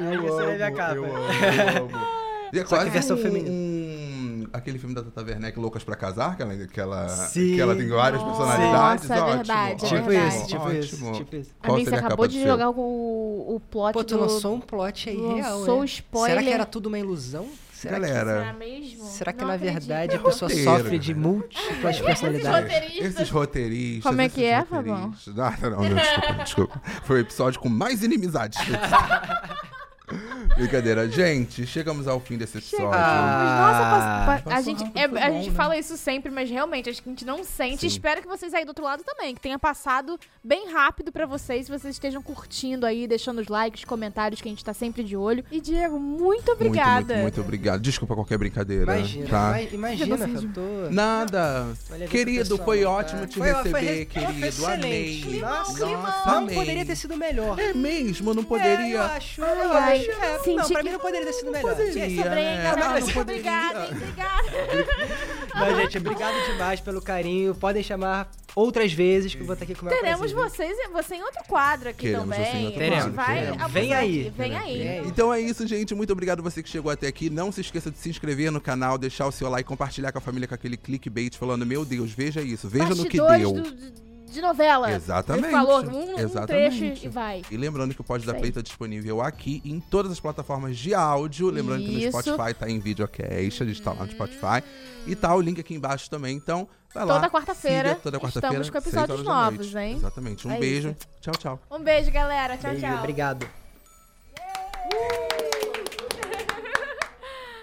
Speaker 4: Aí você leve a capa.
Speaker 2: Eu amo, eu amo. E é
Speaker 4: Só que
Speaker 2: quase
Speaker 4: versão
Speaker 2: um-
Speaker 4: feminina.
Speaker 2: um- aquele filme da Tata Werneck, Loucas pra Casar, que ela, que ela,
Speaker 4: Sim.
Speaker 2: que ela tem várias
Speaker 1: Nossa,
Speaker 2: personalidades.
Speaker 1: é
Speaker 2: ótimo,
Speaker 1: verdade, é
Speaker 2: ótimo,
Speaker 4: Tipo
Speaker 1: verdade.
Speaker 4: isso, tipo
Speaker 2: ótimo.
Speaker 4: isso, tipo isso.
Speaker 2: Qual
Speaker 1: Amigo, você
Speaker 2: seria a capa
Speaker 1: acabou
Speaker 2: do
Speaker 1: de
Speaker 2: seu?
Speaker 1: jogar o, o plot
Speaker 4: Pô, tu
Speaker 1: do...
Speaker 4: lançou um plot aí real,
Speaker 1: Lançou
Speaker 4: né?
Speaker 1: o spoiler.
Speaker 4: Será que era tudo uma ilusão?
Speaker 1: um
Speaker 4: Será que,
Speaker 1: Será
Speaker 2: Galera,
Speaker 1: mesmo?
Speaker 4: será que
Speaker 1: Não
Speaker 4: na
Speaker 1: acredito. é
Speaker 4: verdade a pessoa
Speaker 2: Roteiro,
Speaker 4: sofre de
Speaker 2: galera.
Speaker 4: múltiplas personalidades?
Speaker 1: roteiristas.
Speaker 2: esses roteiristas.
Speaker 1: Como é
Speaker 2: esses
Speaker 1: que é,
Speaker 2: roteiristas. Ah, não, não, desculpa, desculpa. Foi o episódio com mais inimizades. Brincadeira. Gente, chegamos ao fim desse episódio.
Speaker 4: Ah.
Speaker 1: Mas nossa, pa- pa- a
Speaker 2: Passou
Speaker 1: gente,
Speaker 2: rápido,
Speaker 1: é-
Speaker 2: foi
Speaker 1: a
Speaker 2: bom,
Speaker 1: gente
Speaker 2: né?
Speaker 1: fala isso sempre, mas realmente acho que a gente não sente.
Speaker 2: Sim.
Speaker 1: Espero que vocês aí do outro lado também, que tenha passado bem rápido pra vocês, vocês estejam curtindo aí, deixando os likes, comentários, que a gente tá sempre de olho. E Diego, muito
Speaker 2: Muito,
Speaker 1: obrigada.
Speaker 2: muito, muito obrigado. Desculpa qualquer brincadeira.
Speaker 4: Imagina,
Speaker 2: tá?
Speaker 4: ima- imagina, Fábio, tô-
Speaker 2: Nada.
Speaker 4: Olha,
Speaker 2: Querido,
Speaker 4: pessoal,
Speaker 2: foi
Speaker 4: tá?
Speaker 2: ótimo te
Speaker 4: Foi- foi
Speaker 2: receber,
Speaker 4: re- foi
Speaker 2: querido.
Speaker 4: excelente.
Speaker 2: Amei.
Speaker 4: Nossa,
Speaker 2: Nossa,
Speaker 4: Não
Speaker 2: amei.
Speaker 4: poderia ter sido melhor.
Speaker 2: É mesmo, não
Speaker 4: É, eu
Speaker 2: poderia.
Speaker 4: acho, eu
Speaker 1: ai,
Speaker 4: acho. é,
Speaker 1: senti
Speaker 4: não, pra
Speaker 1: que-
Speaker 4: mim não poderia ter sido
Speaker 2: não
Speaker 4: melhor.
Speaker 2: poderia.
Speaker 4: Gente,
Speaker 1: Bem,
Speaker 2: É,
Speaker 1: galera,
Speaker 2: não,
Speaker 1: muito
Speaker 2: poderia. Ah, tá
Speaker 1: obrigada, hein? Obrigada.
Speaker 4: Mas, gente, obrigado demais pelo carinho. Podem chamar outras vezes que eu vou estar aqui com o meu
Speaker 1: Teremos
Speaker 4: prazer.
Speaker 1: vocês, você em outro quadro aqui
Speaker 2: Queremos
Speaker 1: também.
Speaker 2: você em outro
Speaker 1: A gente
Speaker 4: quadro,
Speaker 1: vai
Speaker 4: queremos.
Speaker 1: abusar
Speaker 4: Vem aí.
Speaker 1: aqui, Vem aí.
Speaker 2: Então é isso, gente. Muito obrigado você que chegou até aqui. Não se esqueça de se inscrever no canal, deixar o seu like, compartilhar com a família com aquele clickbait falando: Meu Deus, veja isso, veja no que
Speaker 1: Bastidores
Speaker 2: deu.
Speaker 1: do- de- de novela.
Speaker 2: Exatamente.
Speaker 1: Ele falou um, um trecho
Speaker 2: Exatamente.
Speaker 1: e vai.
Speaker 2: E lembrando que o Pod da
Speaker 1: Isso aí.
Speaker 2: Play tá disponível aqui em todas as plataformas de áudio. Lembrando que
Speaker 1: Isso.
Speaker 2: no Spotify tá em videocast, a gente tá lá no Spotify. E tá o link aqui embaixo também. Então, vai lá.
Speaker 1: Toda quarta-feira
Speaker 2: siga, Toda quarta-feira.
Speaker 1: estamos com
Speaker 2: seis
Speaker 1: episódios
Speaker 2: horas da
Speaker 1: novos,
Speaker 2: noite.
Speaker 1: hein?
Speaker 2: Exatamente. Um
Speaker 1: É
Speaker 2: beijo. Tchau, tchau.
Speaker 1: Um beijo, galera. Tchau,
Speaker 4: Beijo,
Speaker 1: tchau.
Speaker 4: Obrigado.
Speaker 1: Uh!